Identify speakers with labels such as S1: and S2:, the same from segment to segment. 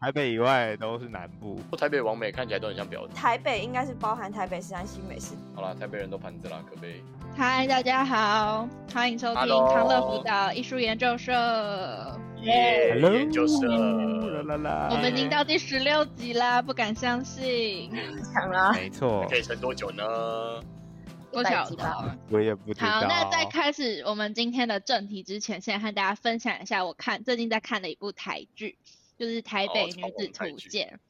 S1: 台北以外都是南部。
S2: 不过台北王美看起来都很像婊子。
S3: 台北应该是包含台北市和新北市。
S2: 好啦，台北人都盘子啦，可悲。
S4: 嗨，大家好，欢迎收听
S2: Hello
S4: 康乐辅导艺术研究社。
S2: 耶、
S1: Hello，
S2: 研究社，
S1: 啦啦啦
S4: 我们已经到第十六集啦，不敢相信，
S3: 强啦，
S1: 没错
S2: 可，以撑多久呢？
S4: 不晓得。
S1: 我也不知道。
S4: 好，那在开始我们今天的正题之前，先和大家分享一下我看最近在看的一部台剧，就是《台北女子图鉴》。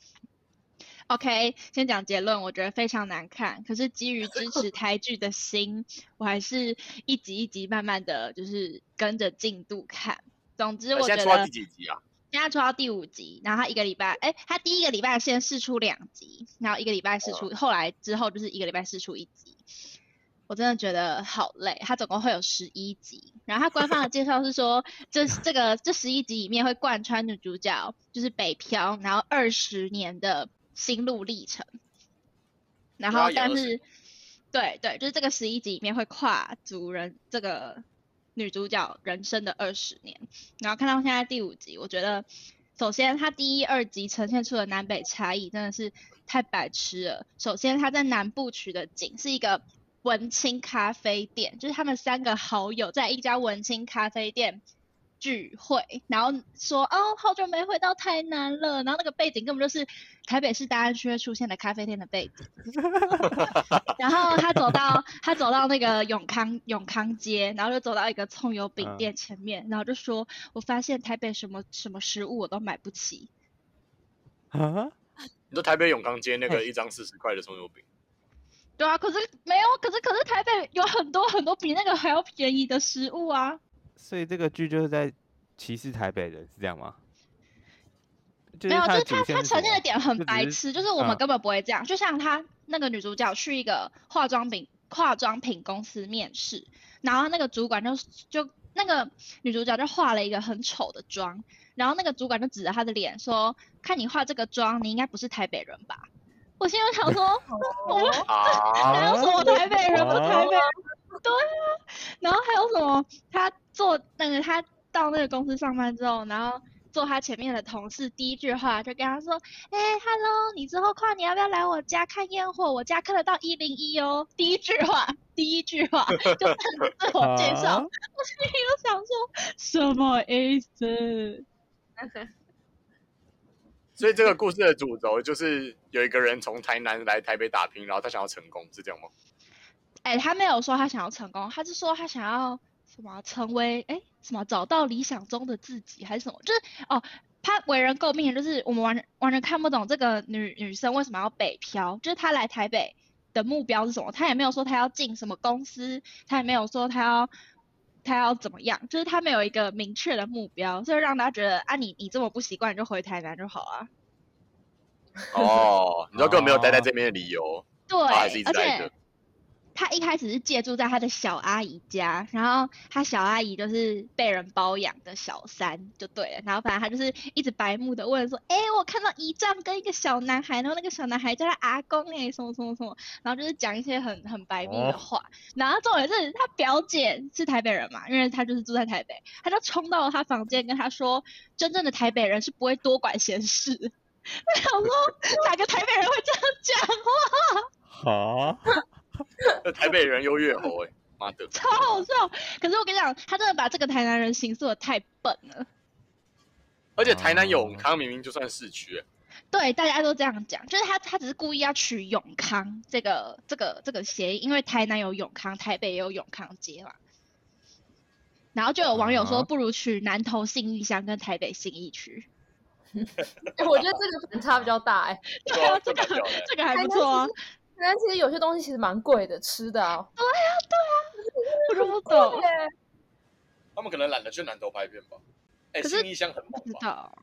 S4: OK，先讲结论，我觉得非常难看。可是基于支持台剧的 心，我还是一集一集慢慢的就是跟着进度看。总之，
S2: 那
S4: 我觉
S2: 哎现在
S4: 得
S2: 出到第几集啊？
S4: 现在出到第五集，然后他一个礼拜，哎，他第一个礼拜先试出两集，然后一个礼拜试出，后来之后就是一个礼拜试出一集。我真的觉得好累，它总共会有十一集，然后它官方的介绍是说，这这个这十一集里面会贯穿女主角就是北漂，然后二十年的心路历程，然
S2: 对啊
S4: 后
S2: 有
S4: 但
S2: 20
S4: 是，对对，就是这个十一集里面会跨足人这个女主角人生的二十年，然后看到现在第五集，我觉得首先它第一、二集呈现出的南北差异真的是太白痴了。首先，它在南部取的景是一个文青咖啡店，就是他们三个好友在一家文青咖啡店。聚会，然后说哦，好久没回到台南了。然后那个背景根本就是台北市大安区会出现的咖啡店的背景。然后他走到他走到那个永康永康街，然后就走到一个葱油饼店前面，然后就说：“我发现台北什么什么食物我都买不起。
S1: 啊，
S2: 你说台北永康街那个一张四十块的葱油饼，”
S4: 对啊，可是没有，可是可是台北有很多很多比那个还要便宜的食物啊。
S1: 所以这个剧就是在歧视台北人，是这样吗？就
S4: 没有，就是
S1: 它的
S4: 是他
S1: 主线
S4: 他
S1: 是什
S4: 呈现的
S1: 么
S4: 点很
S1: 就只
S4: 白
S1: 是
S4: 痴，就是我
S1: 嗯
S4: 们根本不会这样。就像他那个女主角去一个化妆品化妆品公司面试，然后那个主管就就那个女主角就化了一个很丑的妆，然后那个主管就指着她的脸说：“看你化这个妆，你应该不是台北人吧？” 我心里 想说，我们还
S2: 啊，
S4: 有什么台北人不
S1: 啊
S4: 台北人？ 对啊，然后还有什么？他做那个他到那个公司上班之后，然后坐他前面的同事第一句话就跟他说：“哎、h e l l o 你之后跨年要不要来我家看烟火？我家看得到一零一哦。”第一句话，第一句话就 这样子自我介绍，
S1: 啊
S4: 我心里就想说什么意思？
S2: 所以这个故事的主轴就是有一个人从台南来台北打拼，然后他想要成功，是这样吗？
S4: 哎、他没有说他想要成功，他是说他想要什么成为哎、什么找到理想中的自己还是什么？就是哦，他为人诟病的就是我们完全完全看不懂这个女女生为什么要北漂，就是她来台北的目标是什么？她也没有说她要进什么公司，她也没有说她要她要怎么样，就是她没有一个明确的目标，所以让大家觉得啊你你这么不习惯你就回台南就好啊。
S2: 哦，你知道根本没有待在这边的理由，
S4: 哦对，
S2: 他还是一直
S4: 而
S2: 待
S4: 且
S2: 着。
S4: 他一开始是借住在他的小阿姨家，然后他小阿姨就是被人包养的小三就对了，然后反正他就是一直白目的问说，哎、我看到姨丈跟一个小男孩，然后那个小男孩叫他阿公哎、什么什么什么，然后就是讲一些很很白目的
S1: 哦
S4: 话，然后重点是他表姐是台北人嘛，因为他就是住在台北，他就冲到他房间跟他说，真正的台北人是不会多管闲事。我想说，哪个台北人会这样讲话？
S1: 好，
S2: 那台北人优越猴哎、妈的！
S4: 超好笑。可是我跟你讲，他真的把这个台南人形塑的太笨了。
S2: 而且台南永康明明就算市区、欸，
S4: 对，大家都这样讲，就是他他只是故意要取永康这个这个这个谐音，因为台南有永康，台北也有永康街嘛。然后就有网友
S1: 啊
S4: 说，不如取南投信义乡跟台北信义区。
S3: 哎 我觉得这个反差比较大哎、
S2: 对
S4: 对
S2: 啊
S4: 啊，这个
S2: 这个蛮屌的
S4: 这个还不错啊，
S3: 台南其实有些东西其实蛮贵的，吃的啊。
S4: 我就不懂，
S2: 他们可能懒得去南投拍片吧。哎、
S4: 可是
S2: 新义乡很猛
S4: 不知
S2: 吧？
S4: 道。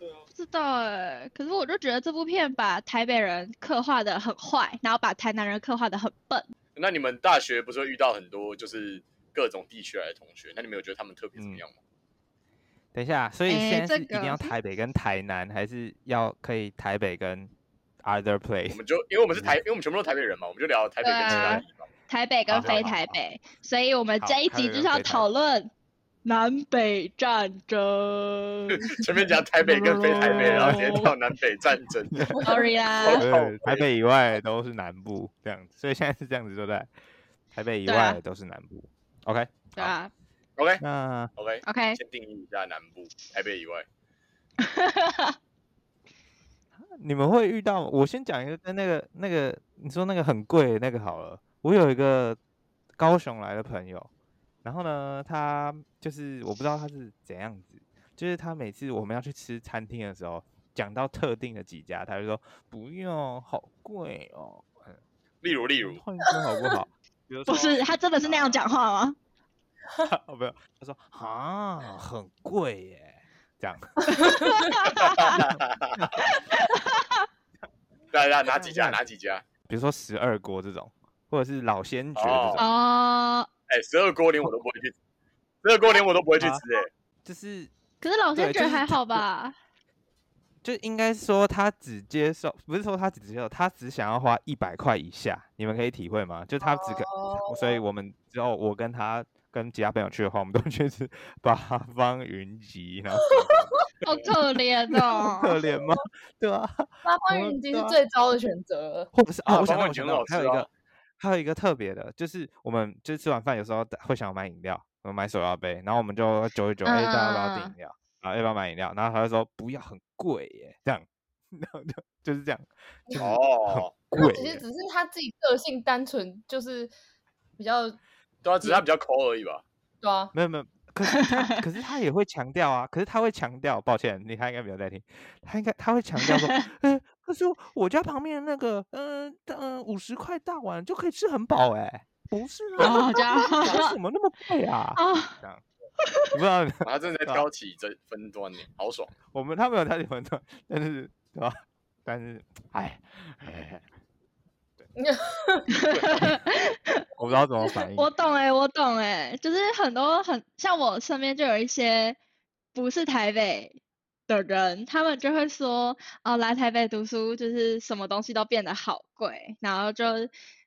S2: 对啊，
S4: 不知道哎、可是我就觉得这部片把台北人刻画的很坏，然后把台南人刻画的很笨。
S2: 那你们大学不是会遇到很多就是各种地区来的同学？那你们有觉得他们特别怎么样吗？
S1: 等一下，所以
S4: 哎
S1: 现在
S4: 这
S1: 是一定
S4: 个
S1: 要台北跟台南，还是要可以台北跟 other
S2: 我
S1: place？
S2: 们就因为我们是台，因为我们全部都台北人嘛，我们就聊台北跟其他地方。
S4: 台北
S1: 好
S4: 跟
S1: 好
S4: 非
S1: 好
S4: 台
S1: 好
S4: 北，所以我们
S1: 好
S4: 这一
S1: 台
S4: 集
S1: 北
S4: 就是
S1: 跟
S4: 要
S1: 非台
S4: 讨论南北战 争
S2: 前面讲台北跟非台北，然后直接跳南北战 争。
S4: ，sorry
S2: 好
S4: 啦，
S2: 的
S1: 对，台
S2: 北
S1: 北以外都是南部这样子，所以现在是这样子，对不对？台北以
S4: 对啊
S1: 外都是南部。OK，
S4: 对啊
S2: OK
S1: 那
S2: OK，
S4: ，OK，
S2: 先定义一下南部，台北以外。
S1: 你们会遇到，我先讲一个跟那个那个你说那个很贵的那个好了。我有一个高雄来的朋友，然后呢，他就是我不知道他是怎样子，就是他每次我们要去吃餐厅的时候，讲到特定的几家，他就说不用，好贵哦，
S2: 例如，例如，
S1: 换一间好不好？比如
S4: 不
S1: 说
S4: 是他真的是那样讲话吗？
S1: 哦，没有，他说啊，很贵耶，这样。
S2: 大家哪几家？哪几家？
S1: 比如说十二锅这种，或者是老仙爵这
S2: 哦
S1: 种，
S4: 哦，
S2: 哎，十二锅连我都不会去，十二锅连我都不会去吃哎、
S1: 就是
S4: 可是老
S1: 对
S4: 先
S1: 就
S4: 觉
S1: 是
S4: 得还
S1: 他
S4: 好吧？
S1: 就应该说他只接受，不是说他只接受，他只想要花一百块以下，你们可以体会吗？就他只可，所
S2: 哦
S1: 以我们之后我跟他跟其他朋友去的话，我们都去吃八方云集， 然后
S4: 好可怜
S1: 可
S4: 哦，
S1: 怜吗？ 对啊，
S3: 八方云集是最糟的选择了。
S1: 或者是啊，
S2: 啊
S1: 我想到
S2: 八方
S1: 我
S2: 云集
S1: 想到
S2: 很好
S1: 我还有
S2: 吃
S1: 一
S2: 啊
S1: 个，还有一个特别的，就是我们就是吃完饭有时候会想要买饮料，我们买手摇杯，然后我们就揪一揪，哎、大家要不要
S4: 嗯嗯
S1: 订
S4: 嗯
S1: 饮料？啊，要不要买饮料？然后他就说不要，很贵耶，这样， 然后就就是这样，就是
S2: 哦，
S1: 贵
S3: 其实
S1: 耶，
S3: 只是他自己个性单纯，就是比较
S2: 对啊，只是他比较抠而已 吧。
S3: 对啊，
S1: 没有没有。可是他，可是他也会强调啊，可是他会强调，抱歉，你他应该没有在听，他应该他会强调 说，呃，可是我家旁边那个，嗯、嗯，五十块大碗就可以吃很饱哎、不是啊
S4: 哦，这样
S1: 为 什么那么贵啊？
S4: 啊，
S1: 我不知道
S2: 啊他啊真的在挑起这分端呢，好爽。
S1: 我们他没有他喜欢的，但是对吧？但是哎，哎我不知道怎么反应。
S4: 我懂哎、我懂哎、就是很多很像我身边就有一些不是台北的人，他们就会说，哦，来台北读书就是什么东西都变得好贵，然后就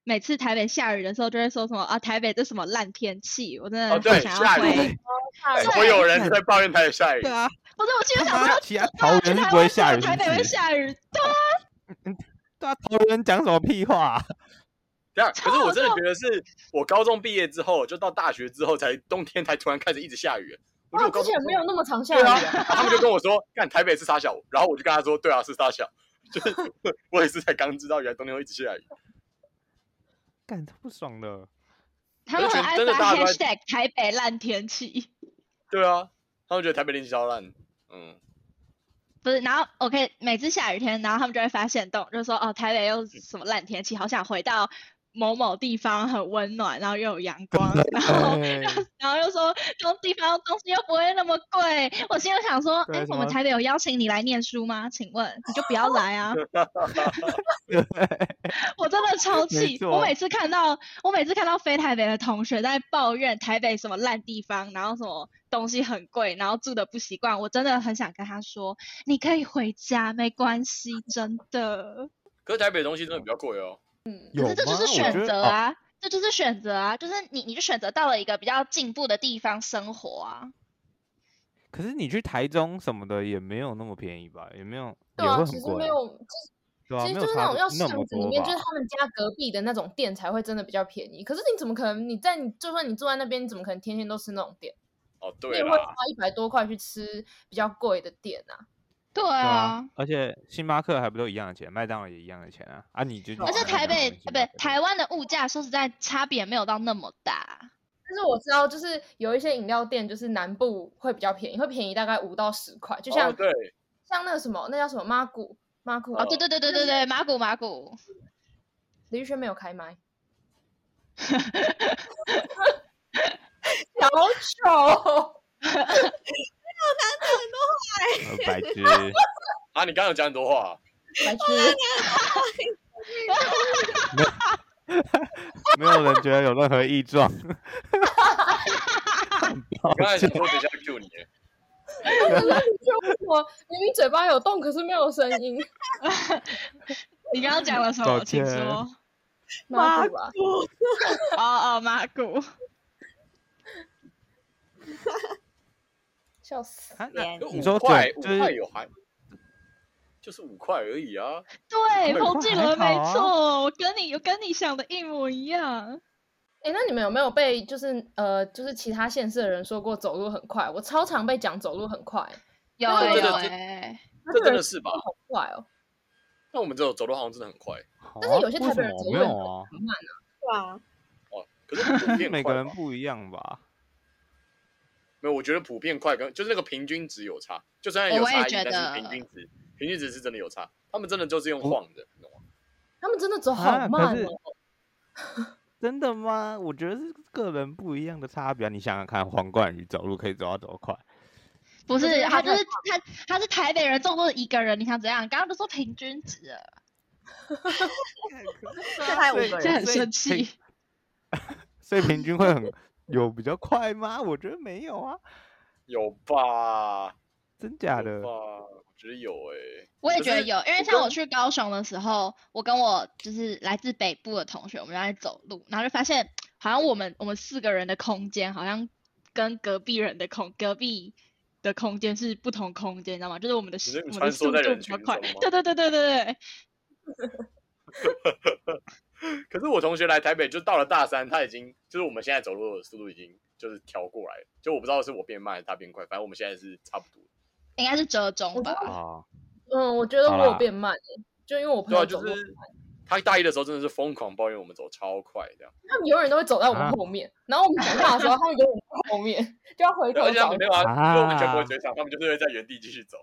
S4: 每次台北下雨的时候就会说什么啊，台北这什么烂天气，我真的
S2: 哦对
S4: 很想要
S2: 下雨
S4: 回，
S2: 哎
S4: 对
S2: 会有人在抱怨台北下雨
S1: 对，啊，
S4: 不是，我其实想
S1: 他妈
S4: 说。
S1: 其他桃
S4: 对啊
S1: 园
S4: 去
S1: 是
S4: 台
S1: 不会
S4: 湾
S1: 下
S4: 真
S1: 雨，
S4: 的台北会
S1: 是
S4: 下雨，对啊，
S1: 不是对啊，桃园讲什么屁话啊？
S2: 这样。可是我真的觉得是我高中毕业之后，就到大学之后才冬天才突然开始一直下雨。我觉得
S3: 哇，
S2: 我高
S3: 之
S2: 中
S3: 前没有那么常下
S2: 对
S3: 雨
S2: 啊，
S3: 啊，
S2: 然后他们就跟我说，干台北是沙小，然后我就跟他说，对啊，是沙小。就是 我也是才刚知道，原来冬天会一直下雨。
S1: 干，他不爽了。
S4: 他
S2: 我
S4: 们
S2: 就
S4: 很
S2: 觉得
S4: 爱
S2: 真的大
S4: 发
S2: 家都在
S4: hashtag 台北烂天气，
S2: 对啊，他们觉得台北天气超烂。嗯，
S4: 不是，然后 OK，每次下雨天，然后他们就会发现动，就说哦，台北又是什么烂天气，好想回到某某地方，很温暖，然后又有阳光，然
S3: 啊
S4: 后
S1: 对
S4: 然后又说这种地方东西又不会那么贵。我心里想说，
S1: 对
S4: 哎，
S1: 什
S4: 我们
S1: 么
S4: 台北有邀请你来念书吗？请问你就不要来啊！
S1: 对
S4: 我真的超
S1: 没
S4: 气，我
S1: 错
S4: 每次看到我每次看到非台北的同学在抱怨台北什么烂地方，然后什么东西很贵，然后住的不习惯，我真的很想跟他说，你可以回家，没关系，真的。
S2: 可是台北的东西真的比较贵哦。
S1: 有
S4: 可是这就
S1: 吗
S4: 是
S1: 我觉
S4: 选
S1: 得
S4: 择
S1: 哦
S4: 啊，这就是选择啊，就是你你就选择到了一个比较进步的地方生活啊。
S1: 可是你去台中什么的也没有那么便宜吧？也没有，也
S3: 对啊，
S1: 会
S3: 其
S1: 很
S3: 实
S1: 贵
S3: 没
S1: 啊。
S3: 有，
S1: 对啊，
S3: 其
S1: 没有
S3: 实就是
S1: 差
S3: 那种要巷
S1: 那么
S3: 子里
S1: 多
S3: 面，就是
S1: 吧
S3: 他们家隔壁的那种店才会真的比较便宜。可是你怎么可能？你在你就算你住在那边，你怎么可能天天都吃那种店？
S2: 哦，
S3: 你
S2: 对
S3: 也会花
S2: 啦，
S3: 一百多块去吃比较贵的店啊。
S4: 对
S1: 对
S4: 啊
S1: 啊，，而且星巴克还不都一样的钱，麦当劳也一样的钱啊啊！你就
S4: 而且
S1: 你
S4: 台
S1: 想要
S4: 北
S1: 星
S4: 呃
S1: 巴克
S4: 不台湾的物价，说实在差别没有到那么大。
S3: 但是我知道，就是有一些饮料店，就是南部会比较便宜，会便宜大概五到十块，就像、
S2: 哦对，
S3: 像那个什么，那叫什么妈古妈古，
S4: 哦，对对对对对对，马古马古，
S3: 李玉轩没有开麦，小丑，
S1: 呃白痴，
S2: 啊，你刚刚有讲很多话啊、
S3: 白 痴，
S1: 没有人觉得有任何异 状。哦
S2: 我刚才想说等一下 Q 你耶，
S3: 可是啊你就我明明嘴巴有动，可是没有声音，
S4: 你刚刚讲了什
S1: 抱
S4: 么？请
S1: 歉
S4: 说。
S3: 妈啊古吧，
S4: 哦哦，马古。
S3: 笑死！
S1: 啊，那
S5: 连
S2: 可
S1: 你
S2: 五
S1: 说
S2: 块
S1: 对
S2: 五
S1: 就是
S2: 块有还就是五块而已啊，
S4: 对，
S2: 对
S4: 彭靖
S1: 还
S4: 伦没
S1: 好啊
S4: 错，我跟你我跟你想的一模一样。
S3: 哎，那你们有没有被就是呃就是其他县市的人说过走路很快？我超常被讲走路很快，
S4: 有
S3: 对
S2: 对
S4: 有
S2: 对
S4: 哎，
S2: 这真的是吧？
S3: 好快哦。
S2: 那我们这种走路好像真的很快
S3: 但是有些
S1: 为
S3: 台
S1: 什
S3: 北人
S1: 么
S3: 走
S1: 没
S3: 路
S1: 有
S3: 很
S1: 啊，
S3: 很慢啊，
S5: 对啊，
S2: 哦，可是普 遍
S1: 每
S2: 快
S1: 个人
S2: 吧
S1: 不一样吧？
S2: 没有，我觉得普遍快跟就是那个平均值有差，就虽然
S4: 哦
S2: 有
S4: 我也
S2: 差异，
S4: 觉
S2: 但
S4: 得
S2: 是平均值平均值是真的有差，他们真的就是
S1: 哦
S2: 用晃的，你懂吗？
S3: 他们真的走
S1: 啊
S3: 好
S1: 可
S3: 慢
S1: 是
S3: 哦。
S1: 真的吗？我觉得是个人不一样的差别啊。你想想看，黄冠宇走路可以走到多快？
S4: 不
S3: 就是
S4: 是，
S3: 他
S4: 他就
S3: 太
S4: 是他他是台北人众多的一个人，你想怎样？刚刚都说平均值了，
S5: 这还有
S1: 所以
S5: 五个
S4: 这
S5: 人
S4: 很
S1: 所以
S4: 生
S1: 平
S4: 气。
S1: 所以平均会很有比较快吗？我觉得没有啊，
S2: 有吧？
S1: 真假的
S2: 有吧？？我觉得有欸诶、
S4: 我也
S2: 可
S4: 觉得
S2: 是
S4: 有，因为
S2: 我
S4: 像我
S2: 跟
S4: 去高雄的时候，我跟我就是来自北部的同学，我们在走路，然后就发现好像我们我们四个人的空间好像跟隔壁人的空隔壁的空间是不同空间，你知道吗？就是我们的时
S2: 说
S4: 我
S2: 你
S4: 们
S2: 穿
S4: 的
S2: 梭
S4: 速
S2: 在
S4: 度
S2: 人
S4: 比较
S2: 群
S4: 快，
S2: 中吗
S4: 对对对对对对，
S2: 可是我同学来台北，就到了大三，他已经就是我们现在走路的速度已经就是调过来了，就我不知道是我变慢还是他变快，反正我们现在是差不多。
S4: 应该是折
S3: 我
S4: 中
S3: 觉得
S4: 吧。
S1: 啊，
S3: 嗯，我觉得
S1: 好
S3: 我有
S1: 啦
S3: 变慢欸，就因为我朋
S2: 对
S3: 友
S2: 啊，就
S3: 走路，
S2: 是他大一的时候真的是疯狂抱怨我们走超快这样，
S3: 他们永远都会走在我们
S1: 啊
S3: 后面，然后我们讲话的时候，他们永远在后面，就要回
S2: 对
S3: 头
S2: 而且他
S3: 找
S2: 们。没有啊，
S1: 啊
S2: 就我们全国追上，他们就是会在原地继续走。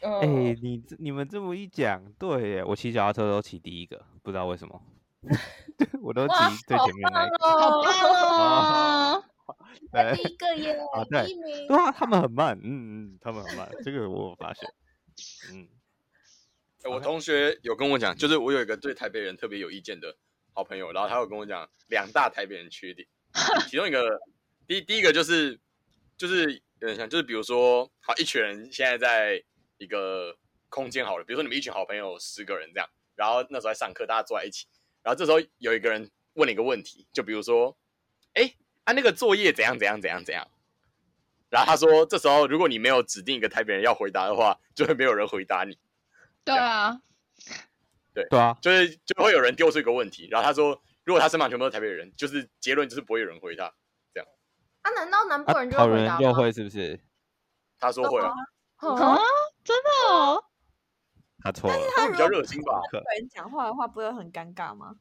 S1: 哎、
S3: 嗯，
S1: 你这你们这么一讲，对耶，我骑脚踏车都骑第一个，不知道为什么， 我都骑
S3: 哇
S1: 最
S3: 好
S1: 前面那一个。
S4: 好
S3: 哦
S4: 棒 哦！
S1: 对
S3: 第一个耶
S1: 啊，对
S3: 第一名
S1: 对。啊，他们很慢，嗯嗯，他们很慢，这个我有发现， 嗯，
S2: 欸我
S1: OK
S2: 同学有跟我讲，就是我有一个对台北人特别有意见的好朋友，然后他有跟我讲两大台北人缺点，其中一个第第一个就是就是有点像，就是比如说好一群人现在在一个空间好了，比如说你们一群好朋友十个人这样，然后那时候在上课，大家坐在一起，然后这时候有一个人问了一个问题，就比如说，哎、啊那个作业怎样怎样怎样怎样。然后他说，这时候如果你没有指定一个台北人要回答的话，就会没有人回答你。
S4: 对啊，
S1: 对啊，
S2: 就是就会有人丢出一个问题，然后他说，如果他身旁全部都是台北人，就是结论就是不会有人回答。
S3: 啊，难道南部
S1: 啊，
S3: 人就
S1: 讨
S3: 会回
S1: 人
S3: 答
S1: 又
S3: 吗？
S1: 会是不是？
S2: 他说会啊，
S4: 啊
S3: 啊，，
S4: 真的哦，
S1: 他错了，
S5: 他
S2: 会
S5: 如
S2: 比较
S5: 果
S2: 热心吧。
S5: 有人讲话的话，不会很尴尬吗？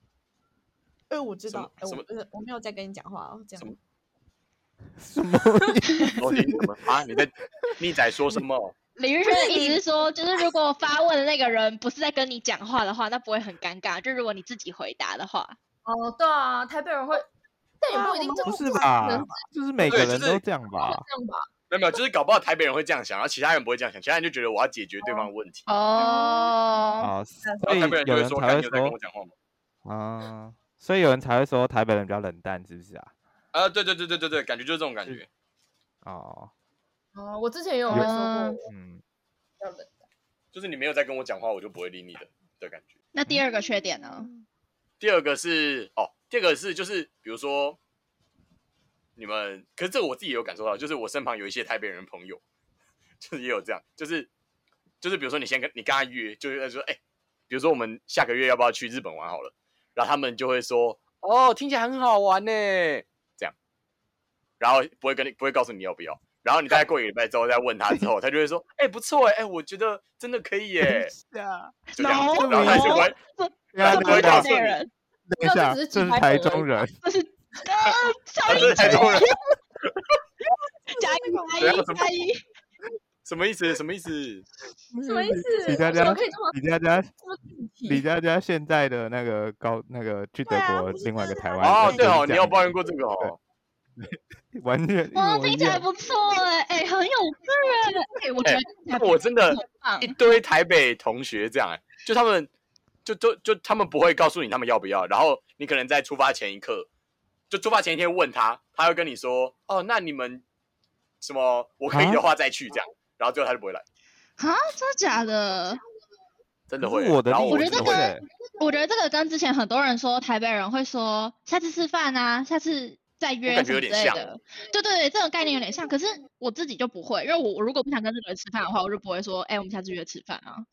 S5: 哎，我知
S2: 什么
S5: 道，哎，
S2: 什
S5: 我
S2: 么
S5: 不是我没有在跟你讲话哦，这
S2: 什么
S5: 样。
S1: 什么 意思？
S2: 我听什么啊？你在你在说什么？
S4: 李玉轩的意思是说，就是如果发问的那个人不是在跟你讲话的话，那不会很尴尬。就如果你自己回答的话，
S3: 哦，对啊，台北人会，但也
S5: 对啊
S3: 不一定
S5: 我们
S3: 这
S1: 不
S3: 么
S1: 是
S3: 这
S1: 吧
S3: 么？
S1: 就是每个
S2: 对就
S1: 人
S2: 是
S1: 都这样吧？
S3: 这样吧？
S2: 没有没有，就是搞不好台北人会这样想，然后其他人不会这样想，其他人就觉得我要解决对方的问题，
S4: 哦，
S1: 啊，所
S2: 然
S1: 以
S2: 后台北人就
S1: 有
S2: 会
S1: 人
S2: 说，
S1: 才
S2: 看
S1: 会
S2: 你有在跟我
S1: 说
S2: 讲话吗？
S1: 啊，所以有人才会说台北人比较冷淡，是不是啊？
S2: 啊，对对对对对对，感觉就是这种感觉。
S1: 哦，
S3: 哦，我之前也有被说过
S4: 嗯
S1: 嗯，
S3: 要冷淡，
S2: 就是你没有在跟我讲话，我就不会理你的的感觉。
S4: 那第二个缺点呢？
S2: 第二个是哦，第二个是就是比如说你们，可是这个我自己也有感受到，就是我身旁有一些台北人朋友， 就是也有这样，就是就是比如说你先跟你跟他约，就是在说哎、比如说我们下个月要不要去日本玩好了，然后他们就会说哦，听起来很好玩呢，这样，然后不会跟你不会告诉你要不要。然后你大概过一个礼拜之后再问他之后，他就会说：“哎、不错哎、哎、我觉得真的可以耶、
S1: 是啊，
S2: 就这样，
S4: No，
S2: 然后他就不会，
S1: 原来
S2: 他
S4: 这不
S2: 就
S1: 等一下
S2: 会告
S4: 是
S2: 诉
S4: 台北
S2: 你，
S4: 人，
S1: 等一下，
S3: 这只是
S1: 啊这
S3: 鸡
S1: 是
S3: 排
S1: 台
S3: 粉而
S1: 中
S3: 已
S1: 人，
S4: 这是 啊，
S2: 他
S4: 小
S2: 是
S4: 英
S2: 台中人。等一下怎么哎
S4: 加一加一加一，
S2: 什么意思？什么意思？
S3: 什么意 思？
S1: 李佳
S3: 为什
S1: 佳
S3: 么可以这么
S1: 李佳佳，
S3: 这么具
S1: 李
S3: 体？
S1: 佳佳现在的那个高那个去德
S5: 对啊
S1: 国
S5: 不是
S1: 另外一个
S5: 就是
S1: 台
S5: 他
S1: 湾
S5: 完
S2: 哦，
S1: 人
S5: 全
S1: 就
S2: 对
S1: 是这
S2: 哦，你
S1: 样
S2: 有抱怨过这个哦。
S1: 完全一
S4: 哇，
S1: 模一
S4: 听起来
S1: 样，
S4: 不错哎，哎，很有趣哎，啊我觉得
S2: 那我真的
S4: 很棒
S2: 一。堆台北同学这样、欸，就他们就就就他们不会告诉你他们要不要，然后你可能在出发前一刻，就出发前一天问他，他会跟你说，哦，那你们什么我
S1: 啊
S2: 可以的话再去这样，然后最后他就不会来，
S4: 啊，真的假的？
S2: 真的
S1: 可
S2: 会
S1: 是
S2: 欸。
S1: 我的
S2: 然后
S1: 例
S4: 我
S2: 我
S4: 觉
S1: 子
S4: 得
S2: 真
S4: 这
S2: 的
S4: 个
S2: 会
S1: 是欸
S4: 我觉得这个跟之前很多人说台北人会说下次吃饭啊，下次再约
S2: 感
S4: 什
S2: 觉有
S4: 么之
S2: 点
S4: 类
S2: 像
S4: 的。对对对，这种概念有点像，可是我自己就不会，因为我我如果不想跟这个人吃饭的话，我就不会说，哎、我们下次约吃饭啊。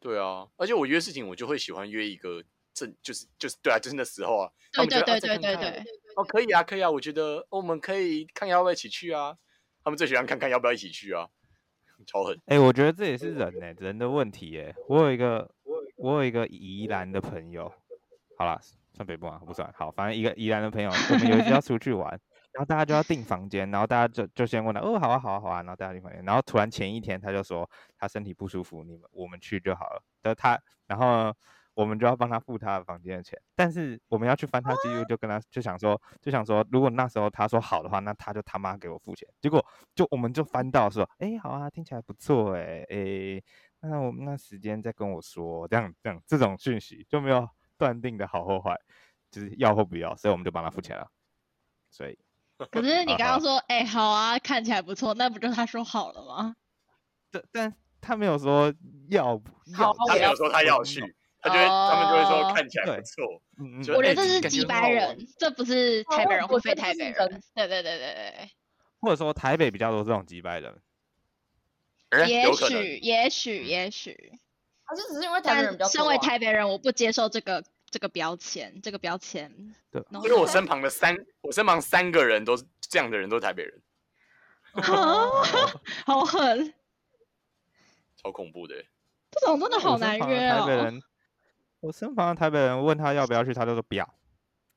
S2: 对啊，而且我约事情，我就会喜欢约一个正，就是就是对啊，就是那时候啊，他
S4: 对
S2: 们就
S4: 对
S2: 会
S4: 对
S2: 啊再
S4: 对
S2: 看
S4: 对
S2: 看
S4: 对，
S2: 哦，可以啊，可以啊，我觉得、哦我们可以看要不要一起去啊。他们最喜欢看看要不要一起去啊，超狠。
S1: 哎、我觉得这也是人呢、人的问题耶、我有一个，我有一个宜兰的朋友，好啦，算北部啊，不算。好，反正一个宜兰的朋友，我们有一次要出去玩，然后大家就要订房间，然后大家就就先问他，哦，好啊，好啊，好啊，然后大家订房间，然后突然前一天他就说他身体不舒服，你们我们去就好了。但他，然后呢我们就要帮他付他的房间的钱，但是我们要去翻他记录，就跟他就想说，就想说，如果那时候他说好的话，那他就他妈给我付钱。结果就我们就翻到说，哎、好啊，听起来不错、诶哎、那我们那时间再跟我说，这样这样这种讯息就没有断定的好或坏，就是要或不要，所以我们就帮他付钱了。所以
S4: 可是你
S1: 啊
S4: 刚
S1: 好
S4: 刚说，哎、好啊，看起来不错，那不就他说好了吗？
S1: 但但他没有说要不要
S5: 好
S1: 钱，
S5: 我
S2: 他没
S5: 要
S2: 有说他要去，他就会、他们就会说
S4: 哦
S2: 看起来
S1: 哦对
S2: 不错。
S1: 嗯，嗯
S2: 就
S1: 嗯，
S4: 我觉
S2: 哎
S4: 得这
S2: 这
S4: 是
S2: 感觉
S4: 鸡
S2: 很
S4: 掰
S2: 好
S4: 人
S2: 玩，
S4: 这不是
S3: 好
S4: 台北
S3: 我
S4: 人
S3: 我
S4: 或
S3: 觉
S4: 非
S3: 得
S4: 台
S3: 这
S4: 北
S3: 是人
S4: 人。对对对对对
S1: 或者说台北比较多这种几百人，
S2: 哎
S4: 对，也
S2: 有可能
S4: 许也许也许，
S3: 还是只是因嗯为台北人比较
S4: 但
S3: 多啊
S4: 身为台北人，我不接受这个这个标签，这个标签。
S1: 对
S4: 然后
S2: 因为我身旁的三，我身旁三个人都是这样的人，都是台北人，哦
S4: 啊，好狠，
S2: 超恐怖的欸。
S4: 这种真的
S1: 我
S4: 好
S1: 身
S4: 难
S1: 旁的
S4: 约
S1: 台北
S4: 哦。
S1: 人，我身旁的台北人问他要不要去，他就说不要，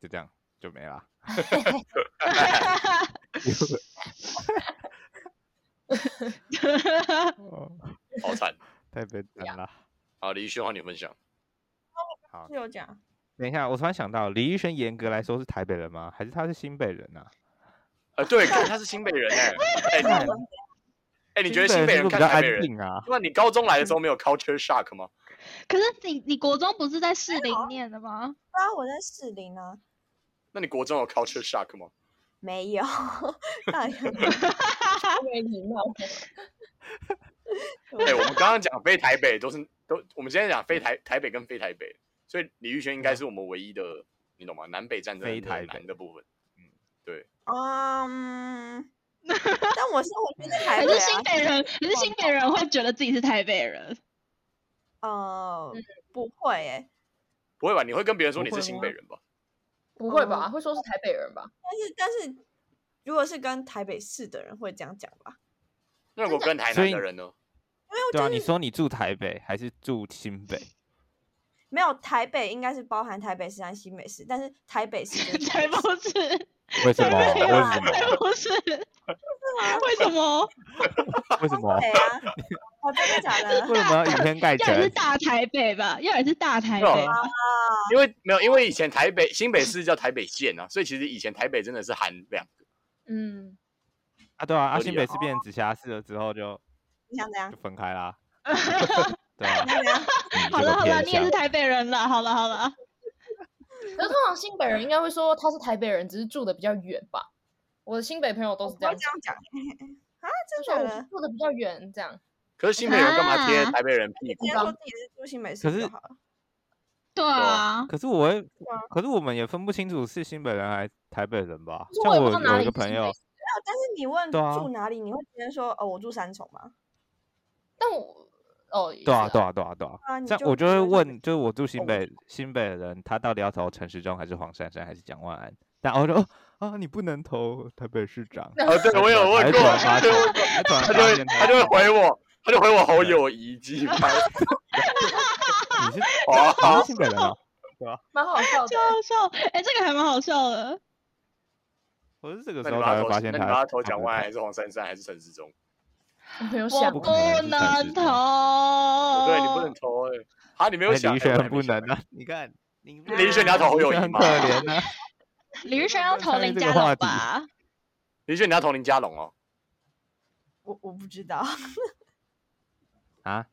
S1: 就这样就没 啦。 哦，
S2: 好惨。
S1: 太悲惨了。
S2: 好，李宇轩，换你分享。
S1: 好
S5: 是，有 讲，
S1: 等一下，我突然想到，李宇轩严格来说是台北人吗？还是他是新北人啊？
S2: 呃，对，看他是新北人哎、哎、
S1: 看
S2: 你哎你觉得
S1: 新
S2: 新北
S1: 人是
S2: 人
S1: 不是
S2: 看
S1: 比较
S2: 台
S1: 安
S2: 北人？
S1: 静啊？
S2: 那你高中来的时候没有 culture shock 吗？
S4: 可是你你国中不是在
S3: 哎
S4: 士林念的吗？
S5: 对啊，我在士林啊，
S2: 那你国中有 culture shock 吗？
S5: 没有， 到底有没
S3: 没礼貌。
S5: 有
S2: 哎、我们刚刚讲非台北都是都，我们今天讲非台台北跟非台北，所以李玉轩应该是我们唯一的，你懂吗？南北战争
S1: 非
S2: 的
S1: 台北
S2: 南的部分，
S5: 嗯，但我生活圈在台
S4: 还
S5: 北
S4: 是
S5: 啊
S4: 新北 人？可是新北人会觉得自己是台北人？
S5: 呃，不会诶，
S2: 不会吧？你会跟别人说你
S1: 不
S2: 是
S1: 会
S2: 新
S1: 吗
S2: 北人吧？
S3: 不会吧？会说是台北人吧？
S5: 但是但是如果是跟台北市的人会这样讲吧，
S2: 那如果跟台
S1: 所
S2: 南
S1: 以
S2: 的人呢？
S1: 对啊，你说你住台北还是住新北？
S5: 没有台北应该是包含台北市和新北市，但是台北市就
S3: 嗯
S5: 是
S4: 才
S5: 北
S4: 不
S5: 市
S4: 是，才
S1: 为什么？为
S5: 没有啊
S1: 什么？
S4: 不是，为什么？
S1: 为什么？
S5: 对啊，哦，真的假 的？
S1: 为什么要以偏 概
S4: 要也是
S1: 全？
S4: 大台北吧，要也是大台
S2: 对
S4: 北吧。
S2: 因为没有，因为以前台北新北市叫台北县啊，所以其实以前台北真的是含两个。
S3: 嗯，
S1: 啊，对啊，啊
S2: 合
S1: 新
S2: 理
S1: 北
S2: 啊
S1: 市变直辖市了之后就
S5: 你想怎样
S1: 就？分开啦。对啊，
S5: 你想 怎样？
S1: 嗯
S4: 好
S1: 这
S4: 了
S1: 个
S4: 好了，
S1: 偏
S4: 你也是
S1: 向
S4: 台北人了。好了好了，
S3: 可是通常新北人应该会说他是台北人，只是住的比较远吧？我的新北朋友都
S5: 我
S3: 是
S5: 不
S3: 这
S5: 会
S3: 样
S5: 这样讲啊，
S3: 就
S5: 哦真
S3: 说
S5: 的
S3: 我
S5: 假
S3: 是
S5: 的？
S3: 住的比较远，这样
S2: 可是新北人干嘛贴
S4: 啊
S2: 台北人屁股
S5: 直接？说自己是住新北
S1: 可
S5: 市
S1: 是
S5: 就好了。
S4: 对啊，
S1: 可是我会
S5: 啊，
S1: 可是我们也分不清楚是新北人还是台北人吧
S3: 可是？
S1: 像
S3: 我也不
S1: 我
S3: 知道哪
S1: 有一
S3: 里
S1: 个
S3: 是
S1: 朋
S3: 新北
S1: 友，
S5: 没有但是你问
S1: 对啊
S5: 住哪里，你会直接说哦，我住三重吗？
S3: 但我哦，也
S1: 对
S3: 是
S1: 啊对啊对啊对啊，
S5: 啊，你
S1: 这样
S5: 就
S1: 我就会
S5: 说是
S1: 问，就是我住新
S5: 我
S1: 北新北的人，他到底要投陈时中还是黄珊珊还是蒋万安？但我说哦啊，你不能投台北市长。
S2: 哦，对，我有问过，
S1: 他
S2: 他
S1: 就
S2: 就
S1: 他
S2: 他就会他就会回我，他就回我侯友谊鸡掰。
S1: 你是
S2: 哦，
S1: 你
S2: 好
S1: 是，新北人啊？
S3: 蛮好笑的
S4: 超。好笑。哎，这个还蛮好笑的。
S1: 我是这个
S2: 那
S1: 时
S2: 你
S1: 候
S2: 把
S1: 才
S2: 他
S1: 会
S2: 投
S1: 发
S2: 谁，
S1: 现
S2: 那
S1: 他
S2: 你把他
S1: 他
S2: 投蒋
S1: 不
S2: 万安
S1: 是
S2: 还是黄珊珊还是陈时中？
S3: 我没有
S4: 我
S3: 想
S1: 不
S3: 过
S1: 可能是陈时
S4: 能
S1: 中哦
S4: 投。
S2: 对，你不能。投哎。啊，你没有
S1: 哎
S2: 想
S1: 李宇
S2: 哎我
S1: 轩
S2: 还没
S1: 不能
S2: 想
S1: 啊！你看，你
S2: 李宇轩你要投侯友 谊
S1: 很
S2: 吗
S1: 可怜啊！
S4: 李玉生要投
S1: 参与
S4: 林
S1: 这
S4: 家
S1: 个话
S4: 龙
S1: 题
S4: 吧？
S2: 李宇轩你要投林佳龙哦。
S5: 我我不知道，
S1: 啊？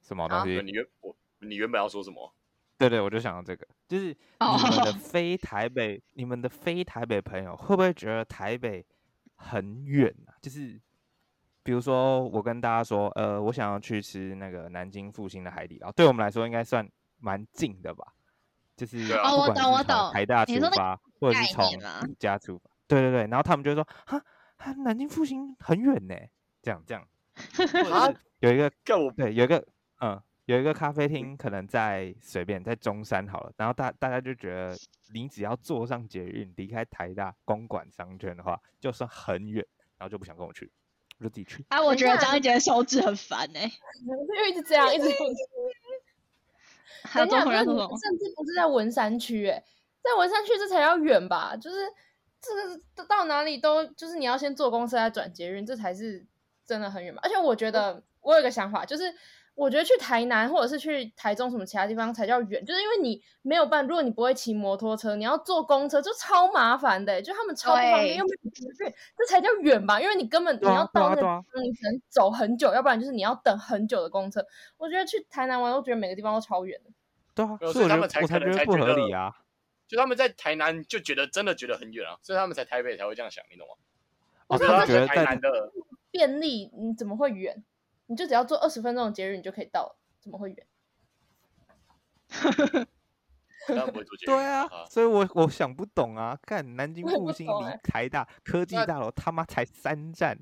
S1: 什么
S3: 啊
S1: 东
S2: 对
S1: 西？
S2: 你原我你原本要说 什么？
S1: 对对，我就想到这个，就是
S4: 哦
S1: 你们 的非台北，你们的非台北朋友会不会觉得台北很远啊？就是比如说，我跟大家说，呃，我想要去吃那个南京复兴的海底捞，对我们来说应该算蛮近的吧？就是
S2: 对啊
S1: 不
S4: 哦我
S1: 管
S4: 懂
S1: 是
S4: 我
S1: 从
S4: 懂
S1: 台大
S4: 你
S1: 出
S4: 说那个
S1: 发，或者
S4: 概
S1: 是从
S4: 念吗
S1: 宜家出发，对对对，然后他们就会说哈，哈南京复兴很远呢，这样这样，或者
S2: 啊
S1: 是有一个
S2: 干我
S1: 对，有一个嗯，有一个咖啡厅，可能在随便在中山好了，然后大大家就觉得你只要坐上捷运离开台大公馆商圈的话，就算很远，然后就不想跟我去，我就自己去。
S4: 啊，我
S3: 等一
S4: 觉得
S3: 下
S4: 张一杰的手指很烦哎、
S3: 因为一直 这样，一直这样
S4: 还有
S3: 等
S4: 中国
S3: 一下
S4: 人
S3: 不
S4: 说什
S3: 是你
S4: 么？
S3: 甚至不是在文山区，哎，在文山区这才要远吧？就是这个到到哪里都，就是你要先坐公车再转捷运，这才是真的很远吧？而且我觉
S1: 嗯
S3: 得我有一个想法，就是我觉得去台南或者是去台中什么其他地方才叫远，就是因为你没有办，如果你不会骑摩托车，你要坐公车就超麻烦的，就他们超不方便，
S4: 对
S3: 又没有捷运，这才叫远吧？因为你根本你
S1: 对啊
S3: 要
S1: 对
S3: 到
S1: 啊
S3: 那个地
S1: 对啊
S3: 方，你只能走很久，要不然就是你要等很久的公车。我觉得去台南玩，我觉得每个地方都超远的。
S1: 对啊，
S2: 没有
S1: 所以
S2: 所以
S1: 我觉得
S2: 他们才
S1: 我
S2: 可
S1: 才
S2: 能
S1: 觉得
S2: 才
S1: 不
S2: 觉
S1: 合理
S2: 得
S1: 啊。
S2: 就他们在台南就觉得真的觉得很远啊，所以他们才台北才会这样想，你懂吗？
S1: 哦，
S2: 就
S1: 他们
S2: 是他们
S1: 觉得
S2: 觉得台
S1: 在
S2: 南的
S3: 便利，你怎么会远？你就只要坐二十分钟的捷运，你就可以到了，怎么会远？
S2: 当然不会做捷运
S1: 对啊，所以我我想不懂啊，看南京
S3: 我也不
S1: 复兴
S3: 懂
S1: 离
S3: 欸
S1: 台大科技
S2: 哎那
S1: 大楼他妈才三站，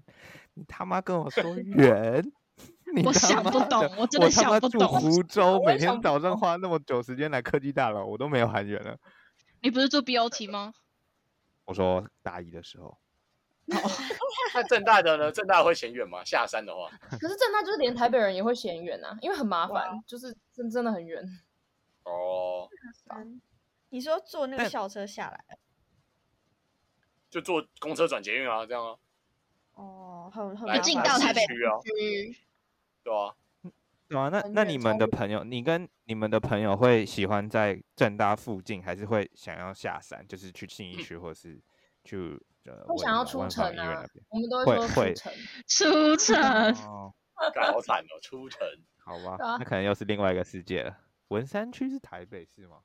S1: 你他妈跟 我说远， 你
S4: 我
S1: 他
S4: 想
S1: 妈
S4: 不
S1: 的
S4: 懂，我真
S1: 我
S4: 的
S1: 他妈
S4: 想不
S1: 住
S4: 懂。
S1: 湖州，
S3: 我
S1: 每
S3: 也想
S1: 天
S3: 不
S1: 早上花那么久时间来科技大楼，我都没有喊远了。
S4: 你不是住 BOT 吗？
S1: 我说大一的时候，
S2: 那正大的呢？正大会嫌远吗？下山的话，
S3: 可是正大就是连台北人也会嫌远啊，因为很麻烦，就是真真的很远。
S2: 哦，
S5: 嗯你说坐那个
S1: 但
S5: 校车下来，
S2: 就坐公车转捷运啊，这样啊，
S5: 哦，很很
S2: 来
S5: 麻
S4: 就近
S5: 烦
S4: 到 台北
S2: 市区啊，
S4: 嗯，
S2: 对啊，
S1: 对啊，那
S3: 很
S1: 那
S3: 远
S1: 你
S3: 超
S1: 们的
S3: 远
S1: 朋友，你跟你们的朋友会喜欢在正大附近，还是会想要下山，就是去信义区，或者是去呃，
S3: 会想要出城
S1: 医院
S3: 啊
S1: 那边？
S3: 我们都
S1: 会
S3: 说
S1: 会
S3: 出城，
S4: 出城。
S1: 哦，
S2: 干好惨哦，出城。
S1: 好吧，
S3: 对啊
S1: 那可能又是另外一个世界了。文山区是台北市吗？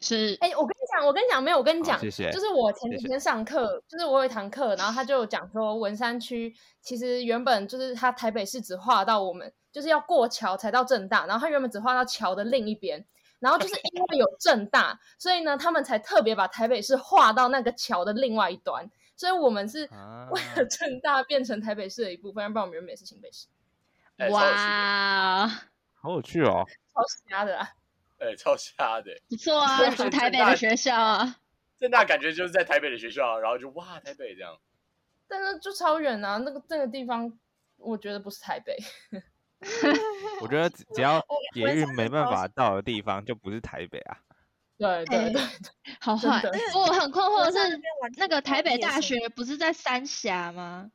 S4: 是
S3: 哎、我跟你讲，我跟你讲，没有，我跟你
S1: 好
S3: 讲，
S1: 谢谢
S3: 就是我前
S1: 谢
S3: 几
S1: 谢
S3: 天上课，就是我有一堂课，然后他就讲说，文山区其实原本就是他台北市只划到我们，就是要过桥才到正大，然后他原本只划到桥的另一边，然后就是因为有正大，所以呢，他们才特别把台北市划到那个桥的另外一端，所以我们是
S1: 啊，
S3: 为了正大变成台北市的一部分，要不然我们原本是新北市，
S2: 哎超有趣的
S4: 哇，
S1: 好有趣哦。
S3: 超瞎的啊啦。
S2: 哎，超瞎的。
S4: 不错啊，读台北的学校啊。
S2: 正大感觉就是在台北的学校，啊然后就哇，台北这样。
S3: 但是就超远啊，那个那个地方，我觉得不是台北。
S1: 我觉得只只要捷
S5: 文
S1: 运
S5: 山
S1: 没
S5: 的
S1: 办
S5: 超
S1: 法到的地方，就不是台北啊。
S3: 对对
S4: 哎
S3: 对，
S4: 好
S3: 真
S4: 坏
S3: 的。
S4: 我很困惑
S5: 我在
S4: 的
S5: 那
S4: 是
S5: 边玩，
S4: 那个台
S5: 超
S4: 北
S5: 夜
S4: 大
S5: 市
S4: 学不是在三峡吗？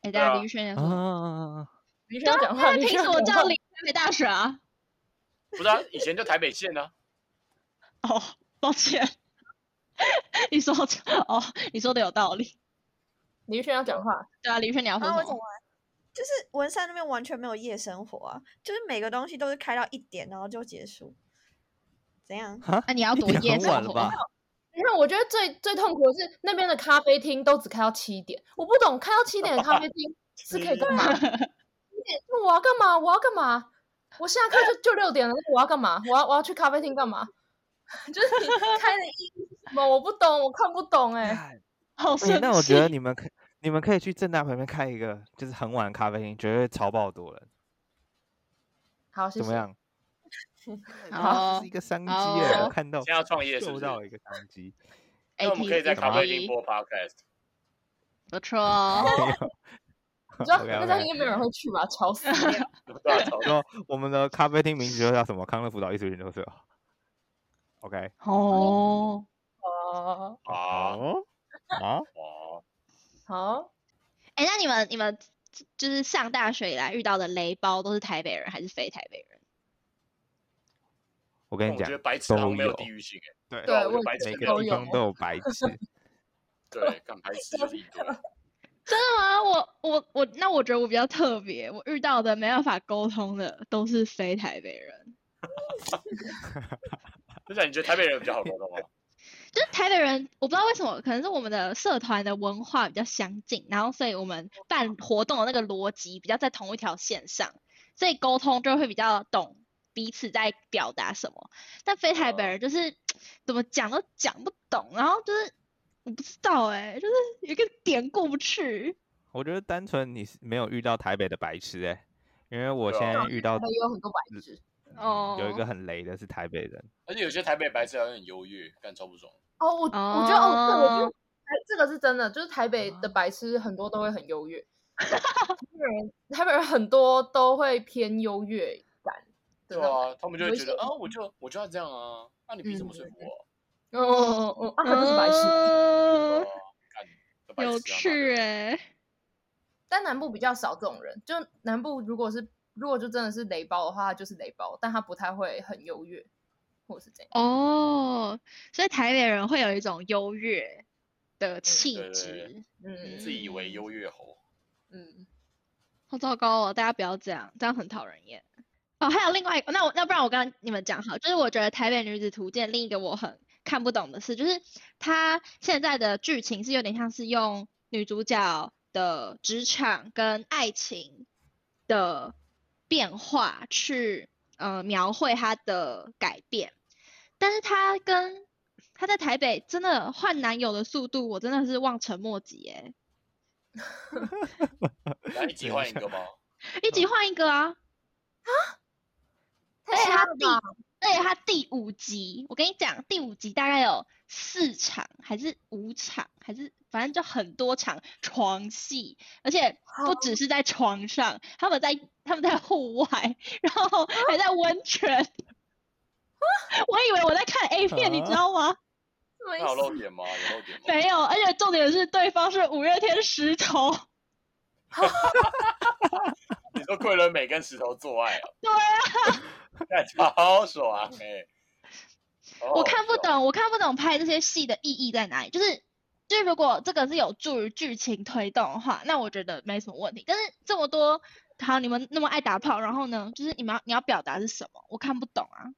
S4: 哎，
S2: 对
S4: 大家
S2: 啊
S4: 林宇轩也说，
S1: 啊，
S3: 你
S4: 对
S3: 想
S4: 啊
S3: 讲，话，
S4: 那
S3: 你
S4: 凭
S3: 想
S4: 什么
S3: 讲
S4: 叫
S3: 话
S4: 林台北大学啊？
S2: 不是啊，以前就台北县啊，
S4: 哦，抱歉， 你说哦，你说的有道理。
S3: 李宇轩要讲话，
S4: 对啊，林宇轩你要说
S5: 然后我
S4: 什
S5: 怎么
S4: 么？
S5: 玩？就是文山那边完全没有夜生活啊，就是每个东西都是开到一点，然后就结束。怎样？
S1: 哈
S4: 啊那你要
S1: 一
S4: 读
S1: 点
S4: 夜
S1: 很晚
S4: 生
S1: 了
S4: 活
S1: 吧？
S3: 你看，我觉得最最痛苦的是那边的咖啡厅都只开到七点，我不懂开到七点的咖啡 厅是可以干嘛？七点那我要干嘛？我要干嘛？我下课就就六点了，那我要干嘛？我要我要去咖啡厅干嘛？ 就是你开的意义是什么？我不懂，我看不懂哎、
S4: 好 生
S1: 欸
S4: 气。
S1: 那我觉得你们可你们可以去正大旁边开一个，就是很晚的咖啡厅，绝对超爆多人，
S3: 好，谢
S1: 怎
S3: 谢
S1: 么。样？
S3: 哦
S4: 好
S1: 啊这是一个商机耶，
S4: 好
S1: 我看到
S2: 现在要创业是
S1: 嗅
S2: 不是？
S1: 到一个商 机，
S2: 那我们可以在咖啡厅
S4: ATP
S2: 播 podcast。
S4: 不错哦。
S1: 没有。
S3: 你知道
S1: OK，
S3: 那
S1: OK
S3: 家应该没有人会去吧？吵死了！
S2: 对啊，超
S1: 然后我们的咖啡厅名字就叫什么？康乐辅导艺术研究社。OK，
S4: 哦，
S3: 哦，
S2: 啊
S1: 哦啊，
S2: 哇，
S3: 好，
S4: 哎，那你们你们就是上大学以来遇到的雷包都是台北人还是非台北人？
S1: 我跟
S2: 但
S1: 你
S2: 我觉
S1: 讲
S2: 得，白痴好像
S1: 都
S2: 没有
S1: 有
S2: 地域性哎，
S1: 对
S2: 对啊，我
S3: 对
S2: 觉
S3: 我
S2: 得白痴
S1: 每
S2: 没
S1: 个
S2: 有
S3: 都
S1: 地
S2: 地
S3: 有
S2: 方，
S1: 方都有 白痴，
S2: 对，干白痴就是一堆。
S4: 真的吗？我我我，那我觉得我比较特别，我遇到的没办法沟通的都是非台北人，
S2: 就是你觉得台北人比较好沟通吗？
S4: 就是台北人，我不知道为什么，可能是我们的社团的文化比较相近，然后所以我们办活动的那个逻辑比较在同一条线上，所以沟通就会比较懂彼此在表达什么，但非台北
S2: 哦
S4: 人就是怎么讲都讲不懂，然后就是我不知道哎、就是有一个点过不去。
S1: 我觉得单纯你是没有遇到台北的白痴哎、因为我
S2: 对
S1: 现
S2: 啊
S1: 在遇到
S3: 台北也有很多白痴。
S1: 嗯有一个
S4: 哦
S1: 很雷的是台北人，
S2: 而且有些台北白痴还会很优越，干超不爽。
S3: 哦，我我觉得哦，对，我觉得
S4: 哦
S3: 台这个是真的，就是台北的白痴很多都会很优越， 台北人台北人很多都会偏优越感
S2: 对
S3: 的那种。
S2: 啊，他们就
S3: 有
S2: 会
S3: 一
S2: 觉
S3: 些
S2: 得啊，我就我就要这样啊，那你凭什么说服我？
S3: 哦哦哦，啊，他就是白痴，
S4: 嗯
S2: 哦干这白痴啊
S4: 有趣哎、
S3: 但南部比较少这种人，就南部如果是如果就真的是雷包的话，他就是雷包，但他不太会很优越，或是这样。
S4: 哦，所以台北人会有一种优越的气
S2: 嗯对对
S4: 质，
S2: 妈的
S3: 嗯
S2: 自以为优越猴，
S3: 嗯，
S4: 好糟糕哦！大家不要这样，这样很讨人厌。哦，还有另外一个，那我要不然我跟你们讲好，就是我觉得《台北女子图鉴》另一个我很看不懂的事，就是它现在的剧情是有点像是用女主角的职场跟爱情的变化去呃描绘她的改变，但是她跟她在台北真的换男友的速度，我真的是望尘莫及耶，
S2: 来一集换一个吗？
S4: 一集换一个啊。
S3: 太
S4: 且他
S3: 瞎了吧？
S4: 而且它第五集，我跟你讲，第五集大概有四场还是五场，还是反正就很多场床戏，而且不只是在床上，他们在他们在户外，然后
S3: 啊
S4: 还在温泉。我以为我在看 A 片，你知
S1: 啊
S4: 道吗？
S3: 什么
S2: 那
S3: 意
S2: 有露
S3: 思？
S2: 点吗？有露点吗？
S4: 没有，而且重点是对方是五月天石头，
S2: 你说桂纶镁跟石头做爱啊？
S4: 对啊，
S2: 干超爽哎！
S4: 我看不
S2: 懂。
S4: 懂，我看不懂拍这些戏的意义在哪里。就是，就是如果这个是有助于剧情推动的话，那我觉得没什么问题。但是这么多，好，你们那么爱打炮，然后呢，就是你们要你要表达是什么？我看不懂啊。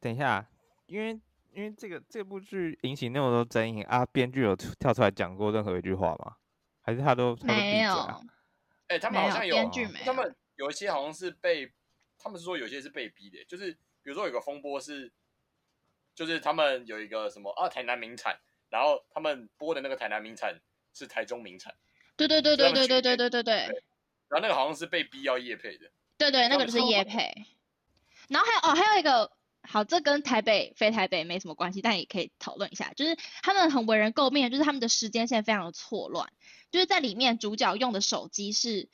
S1: 等一下，因为因为这个这部剧引起那么多争议啊，编剧有出跳出来讲过任何一句话吗？还是他都他都闭
S4: 没
S1: 嘴
S4: 有，
S1: 啊？
S2: 哎、他们
S4: 没
S2: 好
S4: 有
S2: 像
S4: 编剧没
S2: 他
S4: 有
S2: 们有一些好像是被，他们是说有些是被逼的，就是比如说有个风波是，就是他们有一个什么啊台南名产，然后他们播的那个台南名产是台中名产，
S4: 对对对
S2: 所以
S4: 对
S2: 他们
S4: 对对对
S2: 取
S4: 对对对
S2: 然后那个好像是被逼要夜配的，
S4: 对对，那
S2: 他
S4: 个
S2: 们
S4: 就是
S2: 超
S4: 叶
S2: 懂
S4: 配。然后还有哦，还有一个。好，这跟台北非台北没什么关系，但也可以讨论一下。就是他们很为人诟病，的就是他们的时间线非常的错乱。就是在里面主角用的手机是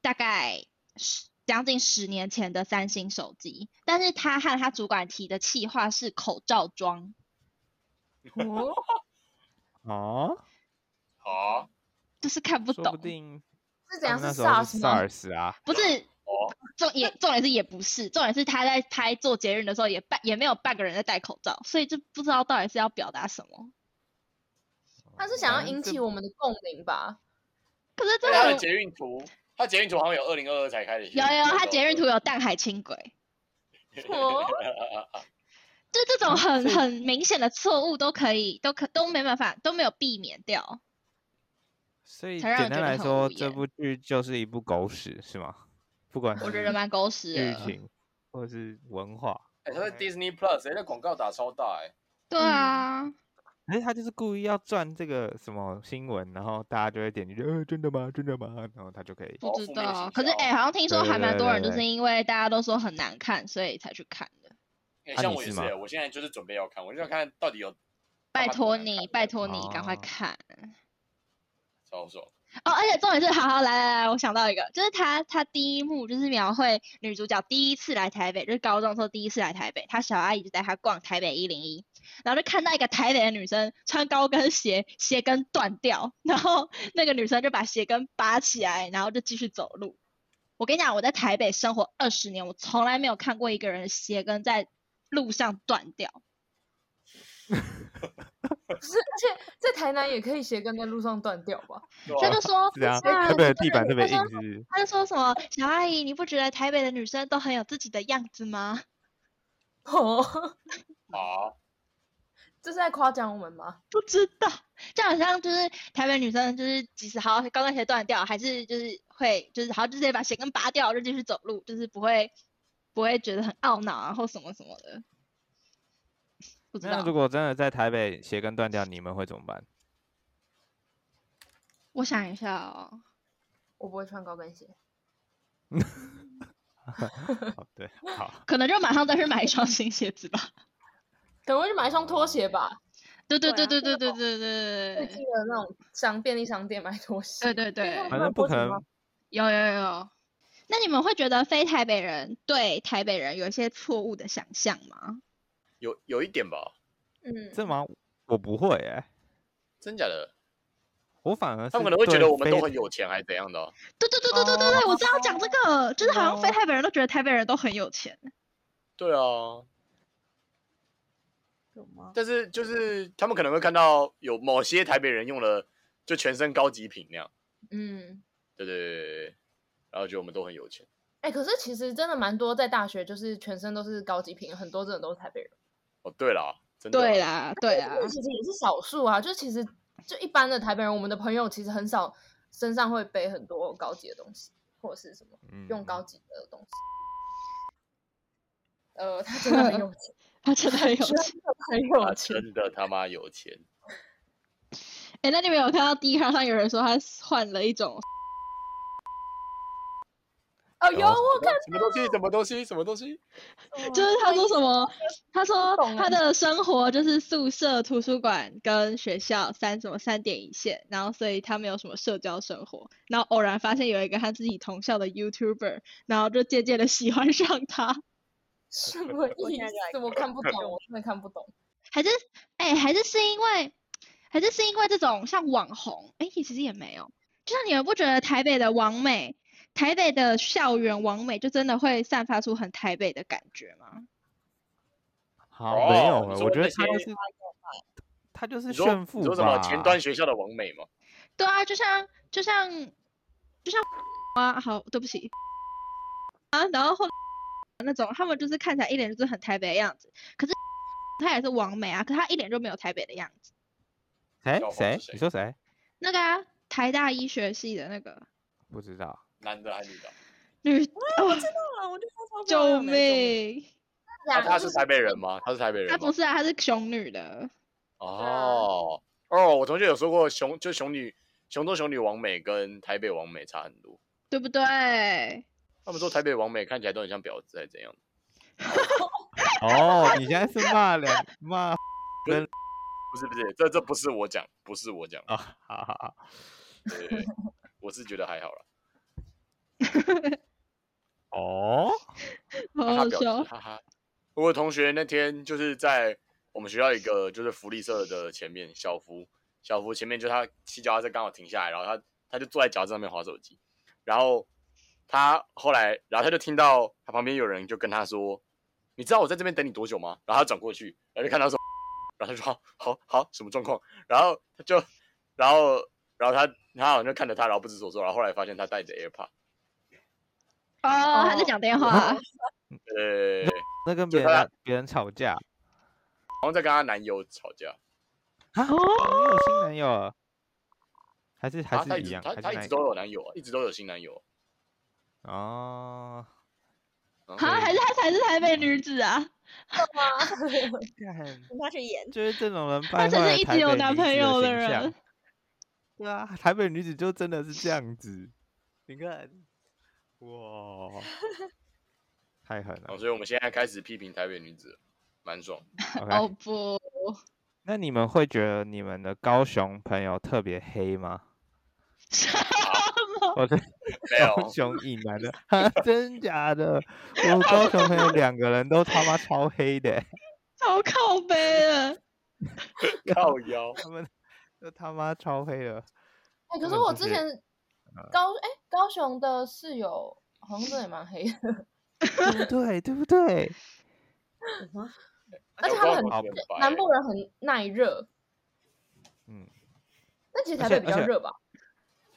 S4: 大概十将近十年前的三星手机，但是他和他主管提的企划是口罩装，
S3: 哦，
S1: 哦，
S2: 好、啊、
S4: 就是看不
S1: 说不
S4: 懂，
S1: 定
S3: 是怎
S1: 他
S3: 样？
S1: 们那
S3: 是
S1: 时候是
S3: SARS 吗？
S1: SARS 啊，
S4: 不是
S2: 哦，
S4: 重也重点是也不是，重点是他在拍做节日的时候也半也没有半个人在戴口罩，所以就不知道到底是要表达什么。
S3: 他是想要
S1: 反正
S3: 引
S1: 这
S3: 起我们的共鸣吧？
S4: 可是
S2: 但
S4: 真
S2: 哎他的
S4: 的
S2: 捷运图，他捷运图好像有二零二二才开始，
S4: 有有，他节日图，有淡海轻轨，
S3: 哦，
S4: 就这种很
S1: 所以
S4: 很明显的错误都可以，都可都没办法都没有避免掉。
S1: 所以
S4: 才让
S1: 简
S4: 人觉
S1: 单
S4: 得
S1: 来
S4: 很
S1: 说，
S4: 无
S1: 这
S4: 言
S1: 部剧就是一部狗屎，是吗？不管
S4: 我觉
S1: 是
S4: 得蛮狗屎
S1: 剧
S4: 的。
S1: 情或是文化，
S2: 哎、他在 Disney Plus，哎、那广告打超大哎、
S4: 对
S3: 嗯
S4: 啊，
S1: 可是他就是故意要赚这个什么新闻，然后大家就会点进去，呃，真的吗？真的吗？然后他就可以。
S4: 不
S2: 哦
S4: 知
S2: 负面行
S4: 道。可是
S2: 销
S4: 哎、好像听说
S1: 对
S4: 还蛮
S1: 对
S4: 多
S1: 对
S4: 人就是
S1: 对
S4: 因为大家都说很难看，所以才去看的。
S2: 哎、
S1: 啊
S2: 像
S1: 你
S2: 我也
S1: 是
S2: 是、
S1: 吗
S2: 哎我现在就是准备要看，我就要看到底有，
S4: 拜
S2: 他妈
S4: 托
S2: 多难看
S4: 你，
S2: 的
S4: 拜托你，赶快
S1: 哦
S4: 看
S2: 超爽，
S4: 哦！而且重点是，好好来来来，我想到一个，就是他他第一幕就是描绘女主角第一次来台北，就是高中的时候第一次来台北，她小阿姨就带她逛台北一零一，然后就看到一个台北的女生穿高跟鞋，鞋跟断掉，然后那个女生就把鞋跟拔起来，然后就继续走路。我跟你讲，我在台北生活二十年，我从来没有看过一个人的鞋跟在路上断掉。
S3: 不是，而且在台南也可以鞋跟在路上断掉吧？
S2: 对
S4: 他
S2: 啊
S4: 就说，
S1: 是啊，
S4: 啊
S1: 台北的地板特别
S4: 他说
S1: 硬，是不是？
S4: 他就说什么小阿姨，你不觉得台北的女生都很有自己的样子吗？
S3: 哦，
S2: 好。
S3: 这是在夸奖我们吗？
S4: 不知道，就好像就是台北女生就是即使好高跟鞋断掉，还是就是会就是好，就直接把鞋跟拔掉，就继续走路，就是不会不会觉得很懊恼啊，或什么什么的。不知
S1: 那
S4: 道
S1: 如，果真的在台北鞋跟断掉，你们会怎么办？
S4: 我想一下哦，
S3: 我不会穿高跟鞋，
S1: 哦，对，好，
S4: 可能就马上再去买一双新鞋子吧。
S3: 可能会去买一双拖鞋吧，
S4: 对对对
S5: 对
S4: 对
S5: 啊这
S4: 对
S5: 个
S4: 对对
S3: 最
S4: 对
S3: 近的那种商便利商店买拖鞋。
S4: 对对对，
S1: 反正不可能
S4: 有有有。那你们会觉得非台北人对台北人有一些错误的想象吗？
S2: 有有一点吧，
S3: 嗯，
S1: 这吗？我不会哎、
S2: 真假的？
S1: 我反而
S2: 他们
S1: 是
S2: 可能会觉
S1: 对
S2: 得我们
S1: 非
S2: 都很有钱，还是怎样的啊、
S4: 对对对对对对对，我正要讲这个，就是好像非
S3: 哦
S4: 台北人都觉得台北人都很有钱。
S2: 对啊，
S5: 有吗？
S2: 但是就是他们可能会看到有某些台北人用了就全身高级品那样，
S3: 嗯，
S2: 对对对对对，然后觉得我们都很有钱。
S3: 哎、可是其实真的蛮多在大学，就是全身都是高级品，很多真的都是台北人。
S2: 哦，对啦，真的
S4: 对啦对
S3: 这
S4: 啦，
S3: 个其实也是少数啊，就其实就一般的台北人，我们的朋友其实很少身上会背很多高级的东西，或者是什么用高
S1: 嗯
S3: 级的 东西。呃，他真的很有钱，
S4: 他真的很有
S3: 真
S4: 钱。
S3: 的 很有
S2: 他
S3: 钱。
S2: 真的他妈有钱，
S4: 哎、那你们有看到第一号上有人说他换了一种？
S3: 哦，有
S1: 哦
S3: 我看
S2: 什么东西？什么东西？什么东西？
S4: 就是他说什么？他说
S3: 懂
S4: 他
S3: 哎
S4: 的生活就是宿舍、图书馆跟学校三什么三点一线，然后所以他没有什么社交生活。然后偶然发现有一个他自己同校的 YouTuber，然后就渐渐的喜欢上他。
S3: 什么
S5: 我
S3: 意
S5: 现在就来
S3: 思，我看不懂，我真的看不懂。
S4: 还是哎、还是是因为，还是是因为这种像网红，哎、其实也没有。就像你们不觉得台北的网美，台北的校园网美，就真的会散发出很台北的感觉吗？
S1: 好没有
S2: 哦你
S1: 了，
S2: 说
S1: 我觉
S2: 那
S1: 得他就
S2: 些
S1: 是他就是
S2: 你说
S1: 炫
S2: 你
S1: 富
S2: 说什么
S1: 吧
S2: 前端学校的王美吗？
S4: 对啊，就像就像就像啊，好，对不起啊，然后后那种他们就是看起来一脸就是很台北的样子，可是他也是王美啊，可他一脸就没有台北的样子。
S1: 谁
S2: 小黄
S1: 谁
S2: 是？谁
S1: 你说谁？
S4: 那个啊，台大医学系的那个
S1: 不知道，
S2: 男的还是女的？
S4: 女，
S5: 啊我
S4: 哦
S5: 知道了，我就说超漂
S4: 救
S5: 亮的
S4: 命！
S2: 那
S1: 啊
S3: 然后
S2: 他
S3: 就是
S2: 台北人吗？他是台北人
S4: 她
S2: 吗？
S4: 不是啊，她是熊女的。
S2: 哦
S3: 啊
S2: 哦，我同学有说过熊，就熊女熊中熊女王美跟台北王美差很多。
S4: 对不对？
S2: 他们说台北王美看起来都很像婊子，还是怎样？
S1: 哦，你现在是骂两骂
S2: 不是不是，这这不是我讲，不是我讲，
S1: 啊？好好好，
S2: 对对对，我是觉得还好啦。
S1: 哦，
S2: 哈哈
S4: 好好
S2: 婊子
S4: 笑。哦
S2: 哈哈。我有同学那天就是在我们学校一个就是福利社的前面，小福，小福前面就他骑脚踏车刚好停下来，然后他他就坐在脚踏车上面划手机，然后他后来，然后他就听到他旁边有人就跟他说：“你知道我在这边等你多久吗？”然后他转过去，然后就看他说， 然后他就说：“好好，什么状况？”然后他就，然后然后他他好像就看着他，然后不知所措，然后后来发现他带着 AirPod，
S4: 哦，她在讲电话。
S2: 呃，
S1: 那跟
S2: 就
S1: 别
S2: 他
S1: 人别人吵架，
S2: 好像在跟他男友吵架。
S1: 啊，你有新男友了？还是还
S2: 啊他
S1: 是
S2: 一
S1: 一
S2: 直
S1: 样？
S2: 他
S1: 还
S2: 他
S1: 是
S2: 一
S1: 哪
S2: 直都有男友啊，一直都有新男友
S1: 哦，
S2: 啊。
S4: 好，还是她才是台北女子啊？
S1: 干
S5: 他去演，
S1: 就是这种人败
S4: 她
S1: 坏
S4: 只是
S1: 了
S4: 一
S1: 台
S4: 直有
S1: 北
S4: 男
S1: 女子
S4: 朋友
S1: 的
S4: 的
S1: 形象
S4: 人。。
S1: 对啊，台北女子就真的是这样子。你看，哇，太狠了
S2: 哦，。所以我们现在开始批评台北女子了，蛮爽。
S1: OK，、
S4: 哦不，
S1: 那你们会觉得你们的高雄朋友特别黑吗？我的
S2: 没
S1: 高
S2: 有，
S1: 雄以南的，啊、真假的？我高雄 朋友两个人都他妈超黑的欸、
S4: 好靠背啊！
S2: 靠腰。
S1: 他们都他妈超黑的。
S3: 哎、
S1: 根
S3: 可是
S1: 本
S3: 我
S1: 就
S3: 之
S1: 是
S3: 前
S1: 嗯
S3: 高哎、高雄的室友好像真的也蛮 黑的，
S1: 对不对？对不对？
S5: 有 吗？
S3: 而且
S2: 小
S3: 他们
S2: 高
S3: 很
S2: 同学很白
S3: 南
S2: 欸
S3: 部人很耐热，
S1: 嗯，
S3: 那其实
S1: 而
S3: 台北
S1: 且
S3: 比
S1: 而
S3: 较
S1: 且
S3: 热吧？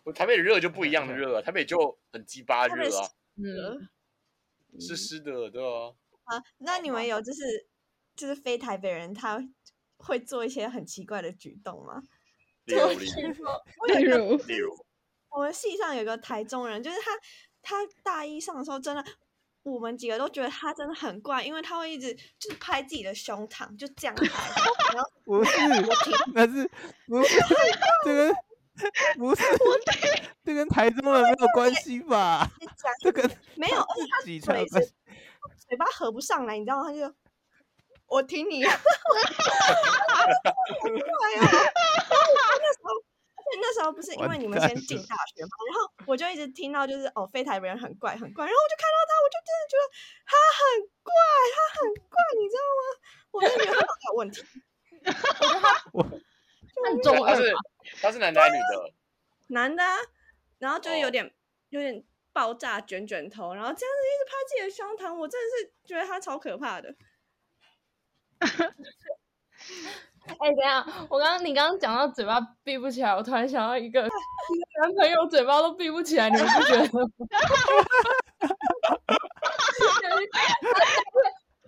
S2: 我欸台北热就不一样的热啊，台北就很鸡巴
S5: 台北
S2: 热啊
S5: 是，
S3: 嗯，
S2: 湿湿的，对 啊。
S5: 啊，那你们有就是就是非台北人他会做一些很奇怪的举动吗？
S2: 例如，例如，
S4: 例如，
S2: 例如，
S5: 我们系上有个台中人，就是他，他大一上的时候真的，我们几个都觉得他真的很怪，因为他会一直就是拍自己的胸膛，就这样拍，然后
S1: 不是， 那是不是这个不是这跟台中人没有关系吧？
S5: 就这样，
S1: 这跟
S5: 没 有，而且
S1: 自己才有
S5: 嘴
S1: 关
S5: 是
S1: 系。
S5: 嘴巴合不上来，你知道吗？他就我挺你，啊， 怪哦。然后我那时候，而且那时候不是因为
S1: 完
S5: 你们
S1: 蛋
S5: 先进
S1: 了
S5: 大学嘛，然后我就一直听到就是哦，非台北人很怪很怪，然后我就看到他，我就真的觉得他很怪，他很怪，你知道吗？我真的觉得他脑袋有问题。
S3: 看中
S1: 啊
S2: 他
S3: 二
S2: 是
S3: 吧，
S2: 他是男的还是女 的？
S5: 男的、啊，然后就是有
S2: 哦
S5: 点、有点爆炸卷卷头，然后这样子一直拍自己的胸膛，我真的是觉得他超可怕的。
S3: 哎、等一下，我刚刚你刚刚讲到嘴巴闭不起来，我突然想到一个，你的男朋友嘴巴都闭不起来，你们不觉得吗？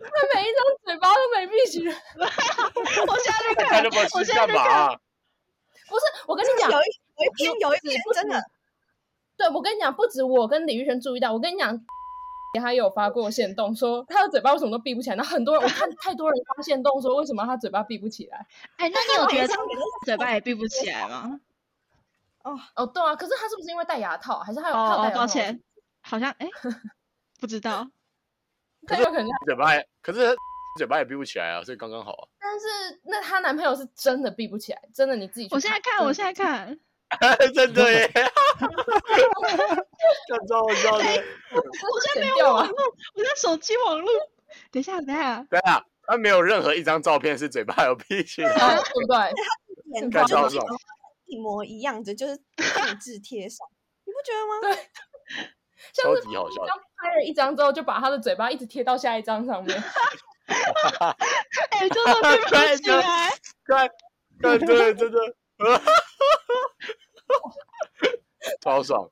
S3: 那每一张嘴巴都没闭起来，
S4: 我现在就
S2: 那他
S4: 看
S2: 就，把
S4: 我
S2: 吃
S4: 现在
S2: 干
S4: 就
S2: 嘛
S4: 看，
S2: 啊？
S3: 不是我跟你讲
S5: 有，一有一篇有一篇
S3: 不
S5: 真的
S3: 对我跟你讲，不止我跟李玉轩注意到，我跟你讲，他有发过线动说他的嘴巴为什么都闭不起来，然后很多人我看太多人发线动说为什么他嘴巴闭不起来。
S4: 哎、那你有觉得他
S5: 我也是
S4: 嘴巴也闭不起来吗？
S3: 哦，对啊，可是他是不是因为戴牙套，啊还是他有、他有戴
S4: 哦，
S3: 牙套
S4: 抱歉，，好像哎、不知 道，
S3: 但有可能，
S2: 嘴巴也，可是他嘴巴也闭不起来啊，所以刚刚好啊。
S3: 但是那她男朋友是真的闭不起来，真的你自己去
S4: 我现在看，我现在看，
S2: 啊 真的 耶，看超好笑的。
S4: 我现在
S3: 剪
S4: 没有
S3: 掉
S4: 网
S3: 啊
S4: 络，我在手机网络。等一下，等一下，
S2: 对啊，他没有任何一张照片是嘴巴有闭起来。
S3: 看，对不对？
S5: 脸
S3: 干
S5: 就
S2: 到
S5: 是
S2: 这种
S5: 一模一样的， 就是复制贴上，你不觉得吗？
S3: 像是
S2: 超级好笑的
S3: 刚拍了一张之后，就把他的嘴巴一直贴到下一张上面。
S4: 哎、真的闭
S2: 对
S4: 不起
S2: 就
S4: 来，
S2: 看，看，对，真的， 超 爽。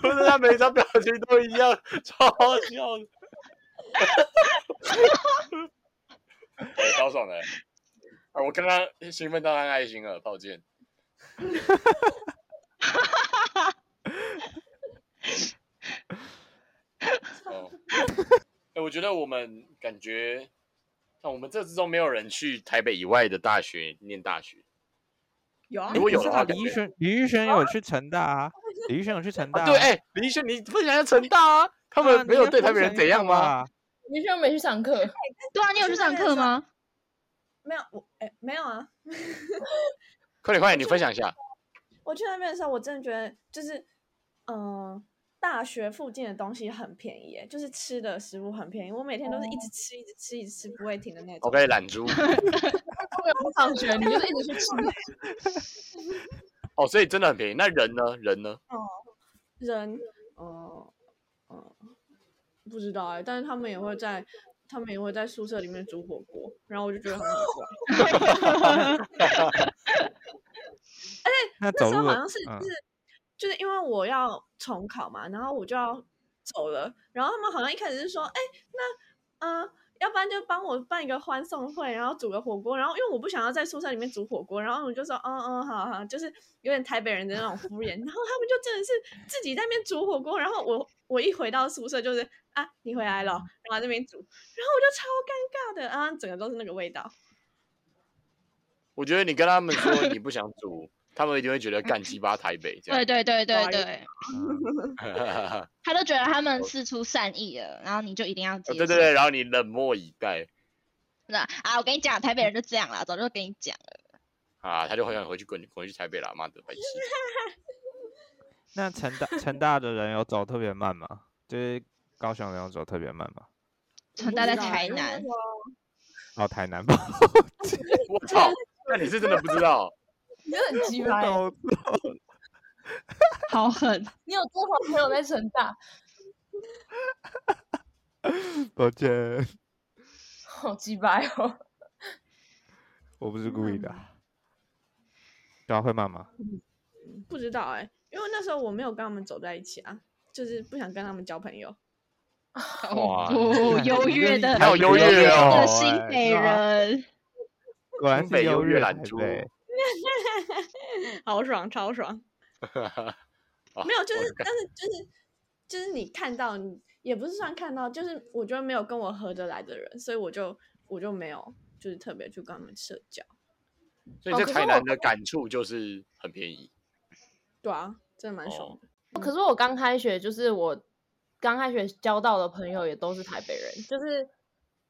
S2: 不是他每一张表情都一样，超好笑的，欸超爽的欸、啊！我刚刚兴奋到按爱心了，抱歉。哦，哎、我觉得我们感觉，像我们这之中没有人去台北以外的大学念大学。
S5: 有啊
S2: 如
S1: 不
S2: 果有
S1: 是
S2: 的
S1: 吧
S2: 话
S1: 李
S2: 感
S1: 宇
S2: 觉
S1: 轩，李宇轩有去成大啊，李宇轩有去成大
S2: 啊
S1: 啊。
S2: 对，哎、李医生，你分享一下成大啊，他们没有对台北人怎样吗？？
S3: 你居然没去上课，
S4: 对啊，你有去上课吗？
S5: 没有我哎、没有啊！
S2: 快点，快点，你分享一下。
S5: 我去那边的时候，我真的觉得就是，嗯、大学附近的东西很便宜耶，就是吃的食物很便宜，我每天都是一直吃，一直吃，一直吃，不会停的那种。
S2: OK，懒猪。
S3: 都没有去上学，你就是一直去吃。
S2: 哦，所以真的很便宜。那人呢？人呢？
S5: 人，哦、呃，不知道哎、但是他们也会在，他们也会在宿舍里面煮火锅，然后我就觉得很奇怪。
S1: 那
S5: 那
S1: 走
S5: 时候
S1: 路
S5: 好
S1: 的
S5: 像是就
S1: 嗯
S5: 是、就是因为我要重考嘛，然后我就要走了，然后他们好像一开始是说，哎，那嗯、呃要不然就帮我办一个欢送会，然后煮个火锅，然后因为我不想要在宿舍里面煮火锅，然后我就说，嗯嗯，好好，就是有点台北人的那种敷衍，然后他们就真的是自己在那边煮火锅，然后我我一回到宿舍就是啊，你
S1: 嗯
S5: 回来了，然后在那边煮，然后我就超尴尬的啊，整个都是那个味道。
S2: 我觉得你跟他们说你不想煮，他们一定会觉得干鸡巴台北这
S4: 对
S2: 样。哦
S4: 对对
S5: 不
S2: 啊
S4: 对
S5: 好意思
S4: 对，他都觉得他们事出善意了，然后你就一定要接
S2: 对
S4: 受。
S2: 哦对对，然后你冷漠以待
S4: 那啊，我跟你讲，台北人就这样啦，早就跟你讲了。
S2: 啊，他就很想回去滚滚回去台北啦，妈的白痴！
S1: 那成大成大的人有走特别慢吗？就是高雄人有走特别慢吗？
S4: 成大在台南，
S1: 哦，台南吧，
S2: 我操，那你是真的不知道？
S3: 你真的很鸡巴欸。
S1: 我
S4: 好狠！
S3: 你有多少朋友在成大？
S1: 抱歉，
S3: 好鸡巴哦！
S1: 我不是故意的啊。对啊，会慢吗？
S5: 不知道哎、因为那时候我没有跟他们走在一起啊，就是不想跟他们交朋友。
S2: 哇
S4: 哦，优越的，
S2: 好优越哦
S4: 的新北人，
S1: 果然
S2: 东北
S1: 是
S2: 优
S1: 优
S2: 越
S1: 越
S2: 懒
S1: 台
S2: 猪
S1: 北
S5: 好爽，超爽。
S2: 好
S5: 没有，就
S2: 我
S5: 是
S2: 看
S5: 但是就是就是你看到你也不是算看到，就是我觉得没有跟我合得来的人，所以我就我就没有就是特别去跟他们社交。
S2: 所以
S3: 哦
S2: 在
S3: 可是
S2: 台
S3: 我
S2: 南的感触就是很便宜，
S5: 对啊，真的蛮爽
S2: 哦
S5: 的。
S3: 可是我刚开学，就是我刚开学交到的朋友也都是台北人，就是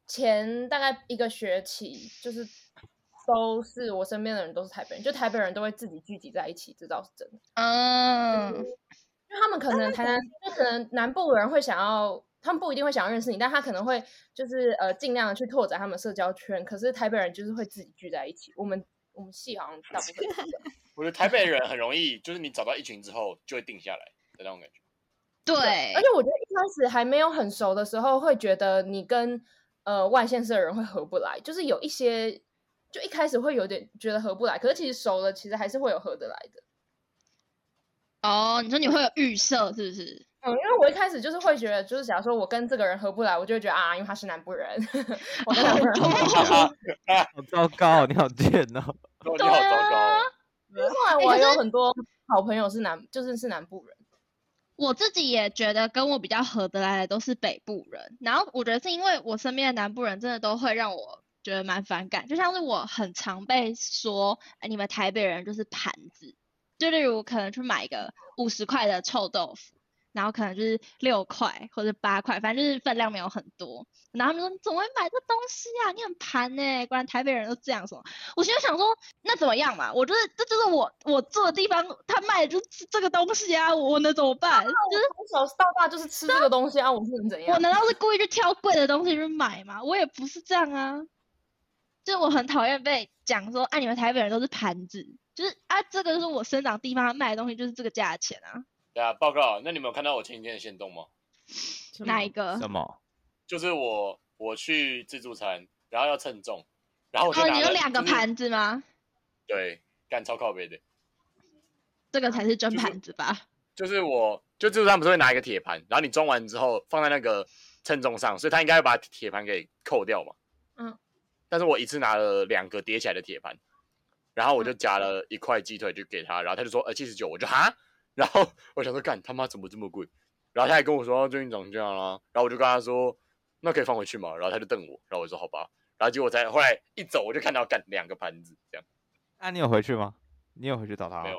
S3: 前大概一个学期，就是都是我身边的人都是台北人，就台北人都会自己聚集在一起，这倒是真的。
S4: 嗯，
S3: 因为他们可能台南，就啊可能南部的人会想要，他们不一定会想要认识你，但他可能会就是呃尽量的去拓展他们社交圈。可是台北人就是会自己聚在一起，我们我们系好像大部分都是这样
S2: 我觉得台北人很容易，就是你找到一群之后就会定下来的那种感觉。
S4: 对
S3: 而，且我觉得一开始还没有很熟的时候，会觉得你跟呃外县市的人会合不来，就是有一些就一开始会有点觉得合不来，可是其实熟了，其实还是会有合得来的。
S4: 哦，你说你会有预设是不是？
S3: 嗯，因为我一开始就是会觉得，就是假如说我跟这个人合不来，我就会觉得啊，因为他是南部 人，我跟南部人合不来。
S4: 啊
S1: 好糟糕哦，你好贱哦！
S2: 哦你好糟糕
S4: 啊
S2: 哦，
S3: 后来
S4: 欸
S3: 我
S4: 可
S3: 有
S4: 是
S3: 很多好朋友是南，就是是南部人。
S4: 我自己也觉得跟我比较合得来的都是北部人，然后我觉得是因为我身边的南部人真的都会让我觉得蛮反感，就像是我很常被说，哎，你们台北人就是盘子，就例如可能去买一个五十块的臭豆腐，然后可能就是六块或者八块，反正就是分量没有很多，然后他们说怎么会买这东西啊？你很盘呢、果然台北人都这样什么。我现在想说，那怎么样嘛？我就是这就是我我住的地方，他卖的就是这个东西啊，我我能怎么办？就是
S3: 从小到大就是吃这个东西啊，我是能怎样？
S4: 我难道是故意去挑贵的东西去买吗？我也不是这样啊。就我很讨厌被讲说，哎、你们台北人都是盘子，就是啊，这个就是我生长地方他卖的东西就是这个价钱啊，
S2: 对啊，报告，那你们有看到我前几天的行动吗？
S4: 哪一个？
S1: 什么？
S2: 就是我我去自助餐，然后要称重，然后我就
S4: 哦，
S2: 拿
S4: 你有
S2: 了
S1: 嗯
S4: 两个
S2: 就是
S4: 盘子吗？
S2: 对，干超靠背的，
S4: 这个才是真
S2: 就是
S4: 盘子吧？
S2: 就是我就自助餐不是会拿一个铁盘，然后你装完之后放在那个称重上，所以他应该会把铁盘给扣掉嘛。
S3: 嗯。
S2: 但是我一次拿了两个叠起来的铁盘，然后我就夹了一块鸡腿就给他，然后他就说呃七十九，我就哈，然后我想说干他妈怎么这么贵，然后他还跟我说啊最近涨价啦，然后我就跟他说那可以放回去吗？然后他就瞪我，然后我就说好吧，然后结果我才后来一走我就看到干两个盘子这样，
S1: 那你有回去吗？你有回去找他吗？
S2: 没有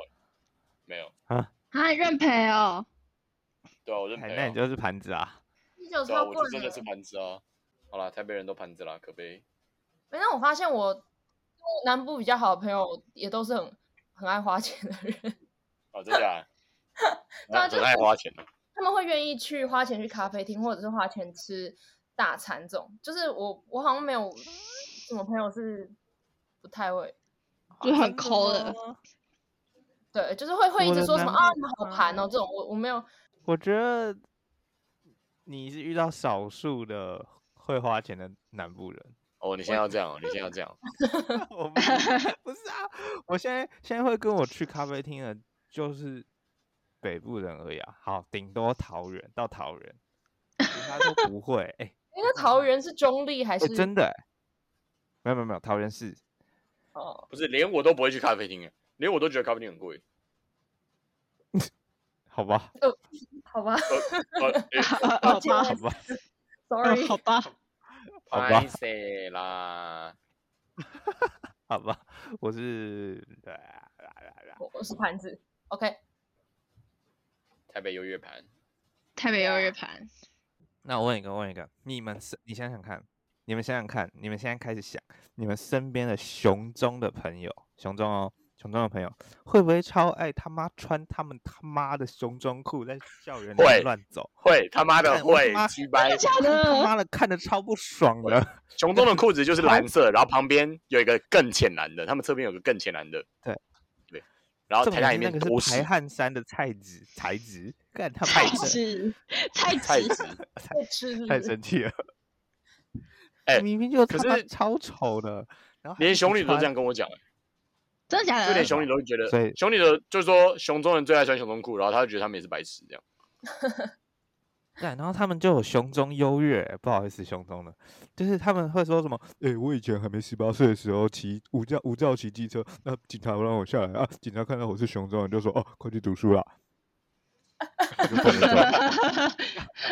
S2: 没有，
S4: 啊，你认赔哦。
S2: 对啊，我认赔
S1: 哎
S2: 啊、
S1: 那你就是盘子啊！
S3: 啤酒
S2: 对啊，
S3: 超
S2: 我
S3: 贵
S2: 就真的是
S3: 的。
S2: 盘子啊。好啦，台北人都盘子啦，可悲。
S3: 没，哎那我发现我南部比较好的朋友也都是很很爱花钱的人，，
S2: 哦，真的 啊
S3: 对啊
S2: 啊
S3: 就是
S2: 很爱花钱啊。
S3: 他们会愿意去花钱去咖啡厅，或者是花钱吃大餐这种。就是我我好像没有什么朋友是不太会，
S4: 就是很抠 的
S1: 哦真吗。
S3: 对，就是会会一
S1: 我
S3: 直
S1: 的
S3: 说什么
S1: 南
S3: 啊
S1: 部
S3: 你们好盘
S1: 嗯
S3: 哦这种，我我没有。
S1: 我觉得你是遇到少数的会花钱的南部人。
S2: 哦，你先要这 样哦，你先要这样。
S1: 我不是 不是啊，我现在现在会跟我去咖啡厅的，就是北部人而已啊。好，顶多桃园到桃园，其他都不会。哎、
S3: 因为桃园是中立还
S1: 哎
S3: 是、
S1: 真的、欸，没有没有没有，桃园市
S3: 哦？
S2: 不是，连我都不会去咖啡厅哎，连我都觉得咖啡厅很贵。
S1: 好吧，
S3: 好吧
S2: 呃， 诶
S4: 好吧，
S1: 好吧，哦
S3: ，sorry，
S4: 好吧，
S1: 好吧
S2: 拍谁啦？
S1: 好吧，我是对啊
S3: 我我是盘子，OK。
S2: 台北优越盘，
S4: 台北优越盘。
S1: 那我问一个，问一个，你们是你想想看，你们想想看，你们现在开始想，你们身边的熊中的朋友，熊中哦，熊中的朋友会不会超爱他妈穿他们他妈的熊中裤在校园
S2: 会
S1: 里乱走？
S2: 会他妈的
S1: 看哎我他
S2: 会
S1: 妈，
S2: 鸡掰。
S1: 他妈的看着超不爽的。
S2: 熊中的裤子就是蓝色，然后旁边有一个更浅蓝的，他们侧边有个更浅蓝的。
S1: 对
S2: 对，然后
S1: 重
S2: 台
S1: 点是
S2: 下里面
S1: 那
S2: 都
S1: 个是
S2: 是
S1: 排汗衫的菜籽材质，干他
S2: 菜
S1: 妈的
S4: 是太
S2: 菜
S4: 直，
S2: 籽。
S3: 会吃
S1: 太生气了。
S2: 哎
S1: 明明就
S2: 可
S1: 他妈
S2: 是
S1: 超丑的，然后还一
S2: 连
S1: 直
S2: 熊女都这
S1: 穿
S2: 样跟我讲，
S4: 真的 假
S2: 就连
S4: 的？
S2: 熊女都会觉得，
S1: 所以
S2: 熊女的就是说熊中人最爱穿熊中裤，然后他就觉得他们也是白痴这样。
S1: 干，然后他们就有雄中优越，欸不好意思，雄中的，就是他们会说什么？诶、我以前还没十八岁的时候骑无照无照骑机车，那警察不让我下来啊，警察看到我是雄中人就说哦，快去读书啦。我 就不能说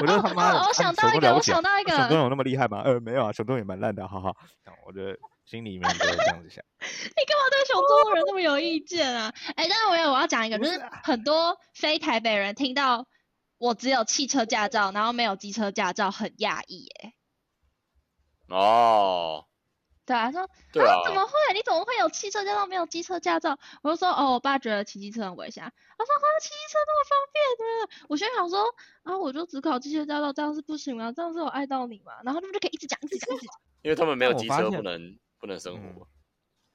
S1: 我就他妈的，
S4: 哦
S1: 啊
S4: 我
S1: 雄
S4: 想到一
S1: 中
S4: 个，
S1: 了
S4: 我
S1: 不起啊
S4: 想到
S1: 啊
S4: 一
S1: 雄中
S4: 个，
S1: 有那么厉害吗？呃，没有啊，雄中也蛮烂的，哈 哈。然后我就心里面就会这样子想。
S4: 你干嘛对熊中人那么有意见啊？哎、但是我有我要讲一个，
S1: 不
S4: 就是是
S1: 啊
S4: 很多非台北人听到我只有汽车驾照，然后没有机车驾照，很讶异哎。
S2: 哦，
S4: 对啊，说
S2: 对啊，
S4: 怎么会？你怎么会有汽车驾照没有机车驾照？我就说哦，我爸觉得骑机车很危险啊。他说啊，骑机车那么方便的。我现在想说啊，我就只考机车驾照，这样是不行吗？这样是我爱到你吗？然后他们就可以一直讲，一直讲，一直讲。
S2: 因为他们没有
S1: 但我
S2: 机
S1: 发
S2: 车，
S1: 现
S2: 不能不能生
S1: 嗯
S2: 活。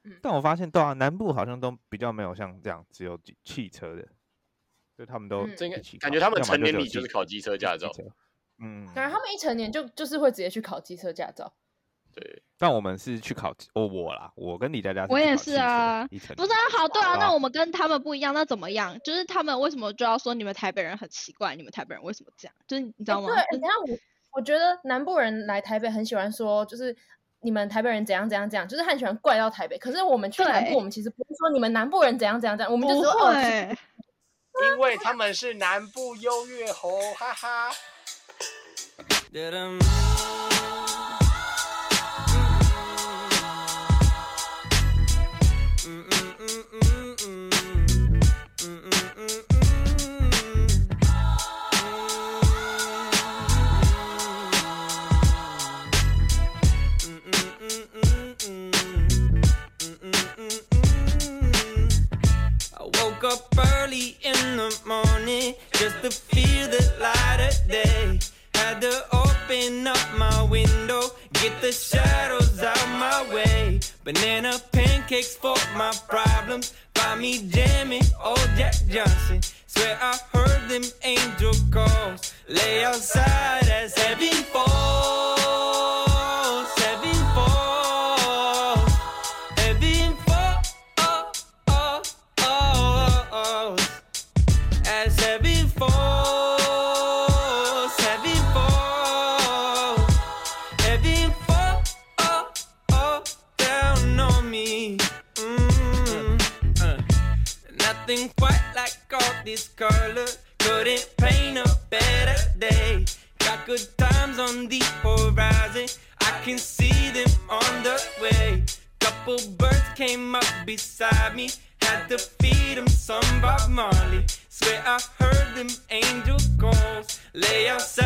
S1: 但我发现，对啊，南部好像都比较没有像这样只有汽汽车的，就他们都
S3: 嗯
S2: 这应该
S1: 一起
S2: 感
S1: 考
S2: 觉他们
S1: 要么
S2: 成
S1: 就
S2: 年
S1: 只有
S2: 礼就是
S1: 汽
S2: 考机车驾
S1: 汽
S2: 照，
S1: 车嗯，
S3: 感觉他们一成年就就是会直接去考机车驾照。
S2: 对，
S1: 但我们是去考汽哦，我啦，我跟李佳佳，
S4: 我也是啊，
S1: 一层
S4: 不是啊，好，对啊，
S1: 啊
S4: 那我们跟他们不一样，那怎么样？就是他们为什么就要说你们台北人很奇怪？你们台北人为什么这样？就是你知道吗？
S3: 哎对，
S4: 就是
S3: 然后我我觉得南部人来台北很喜欢说，就是你们台北人怎样怎样怎样，就是他很喜欢怪到台北。可是我们去南
S4: 对
S3: 部，我们其实不是说你们南部人怎样怎样怎样，我们就
S4: 不
S3: 说哦，其实
S4: 会，
S6: 因为他们是南部优越猴，哈哈。
S7: I woke up early in the morning just to feel the light of day. Had to open up my window, get the shadows out my way. Banana pancakes for my problems. Find me jamming, old Jack Johnson. Swear I heard them angel calls. Lay outside as heaven falls, heaven falls, heaven falls as heaven falls, heaven falls, heaven falls down on me. Mm, uh. Nothing quite like all this color. Couldn't paint a better day. Got good times on the horizon. I can see them on the way. Couple birds came up beside me. Had to feed them some Bob Marley. Swear I heard them angel calls. Lay outside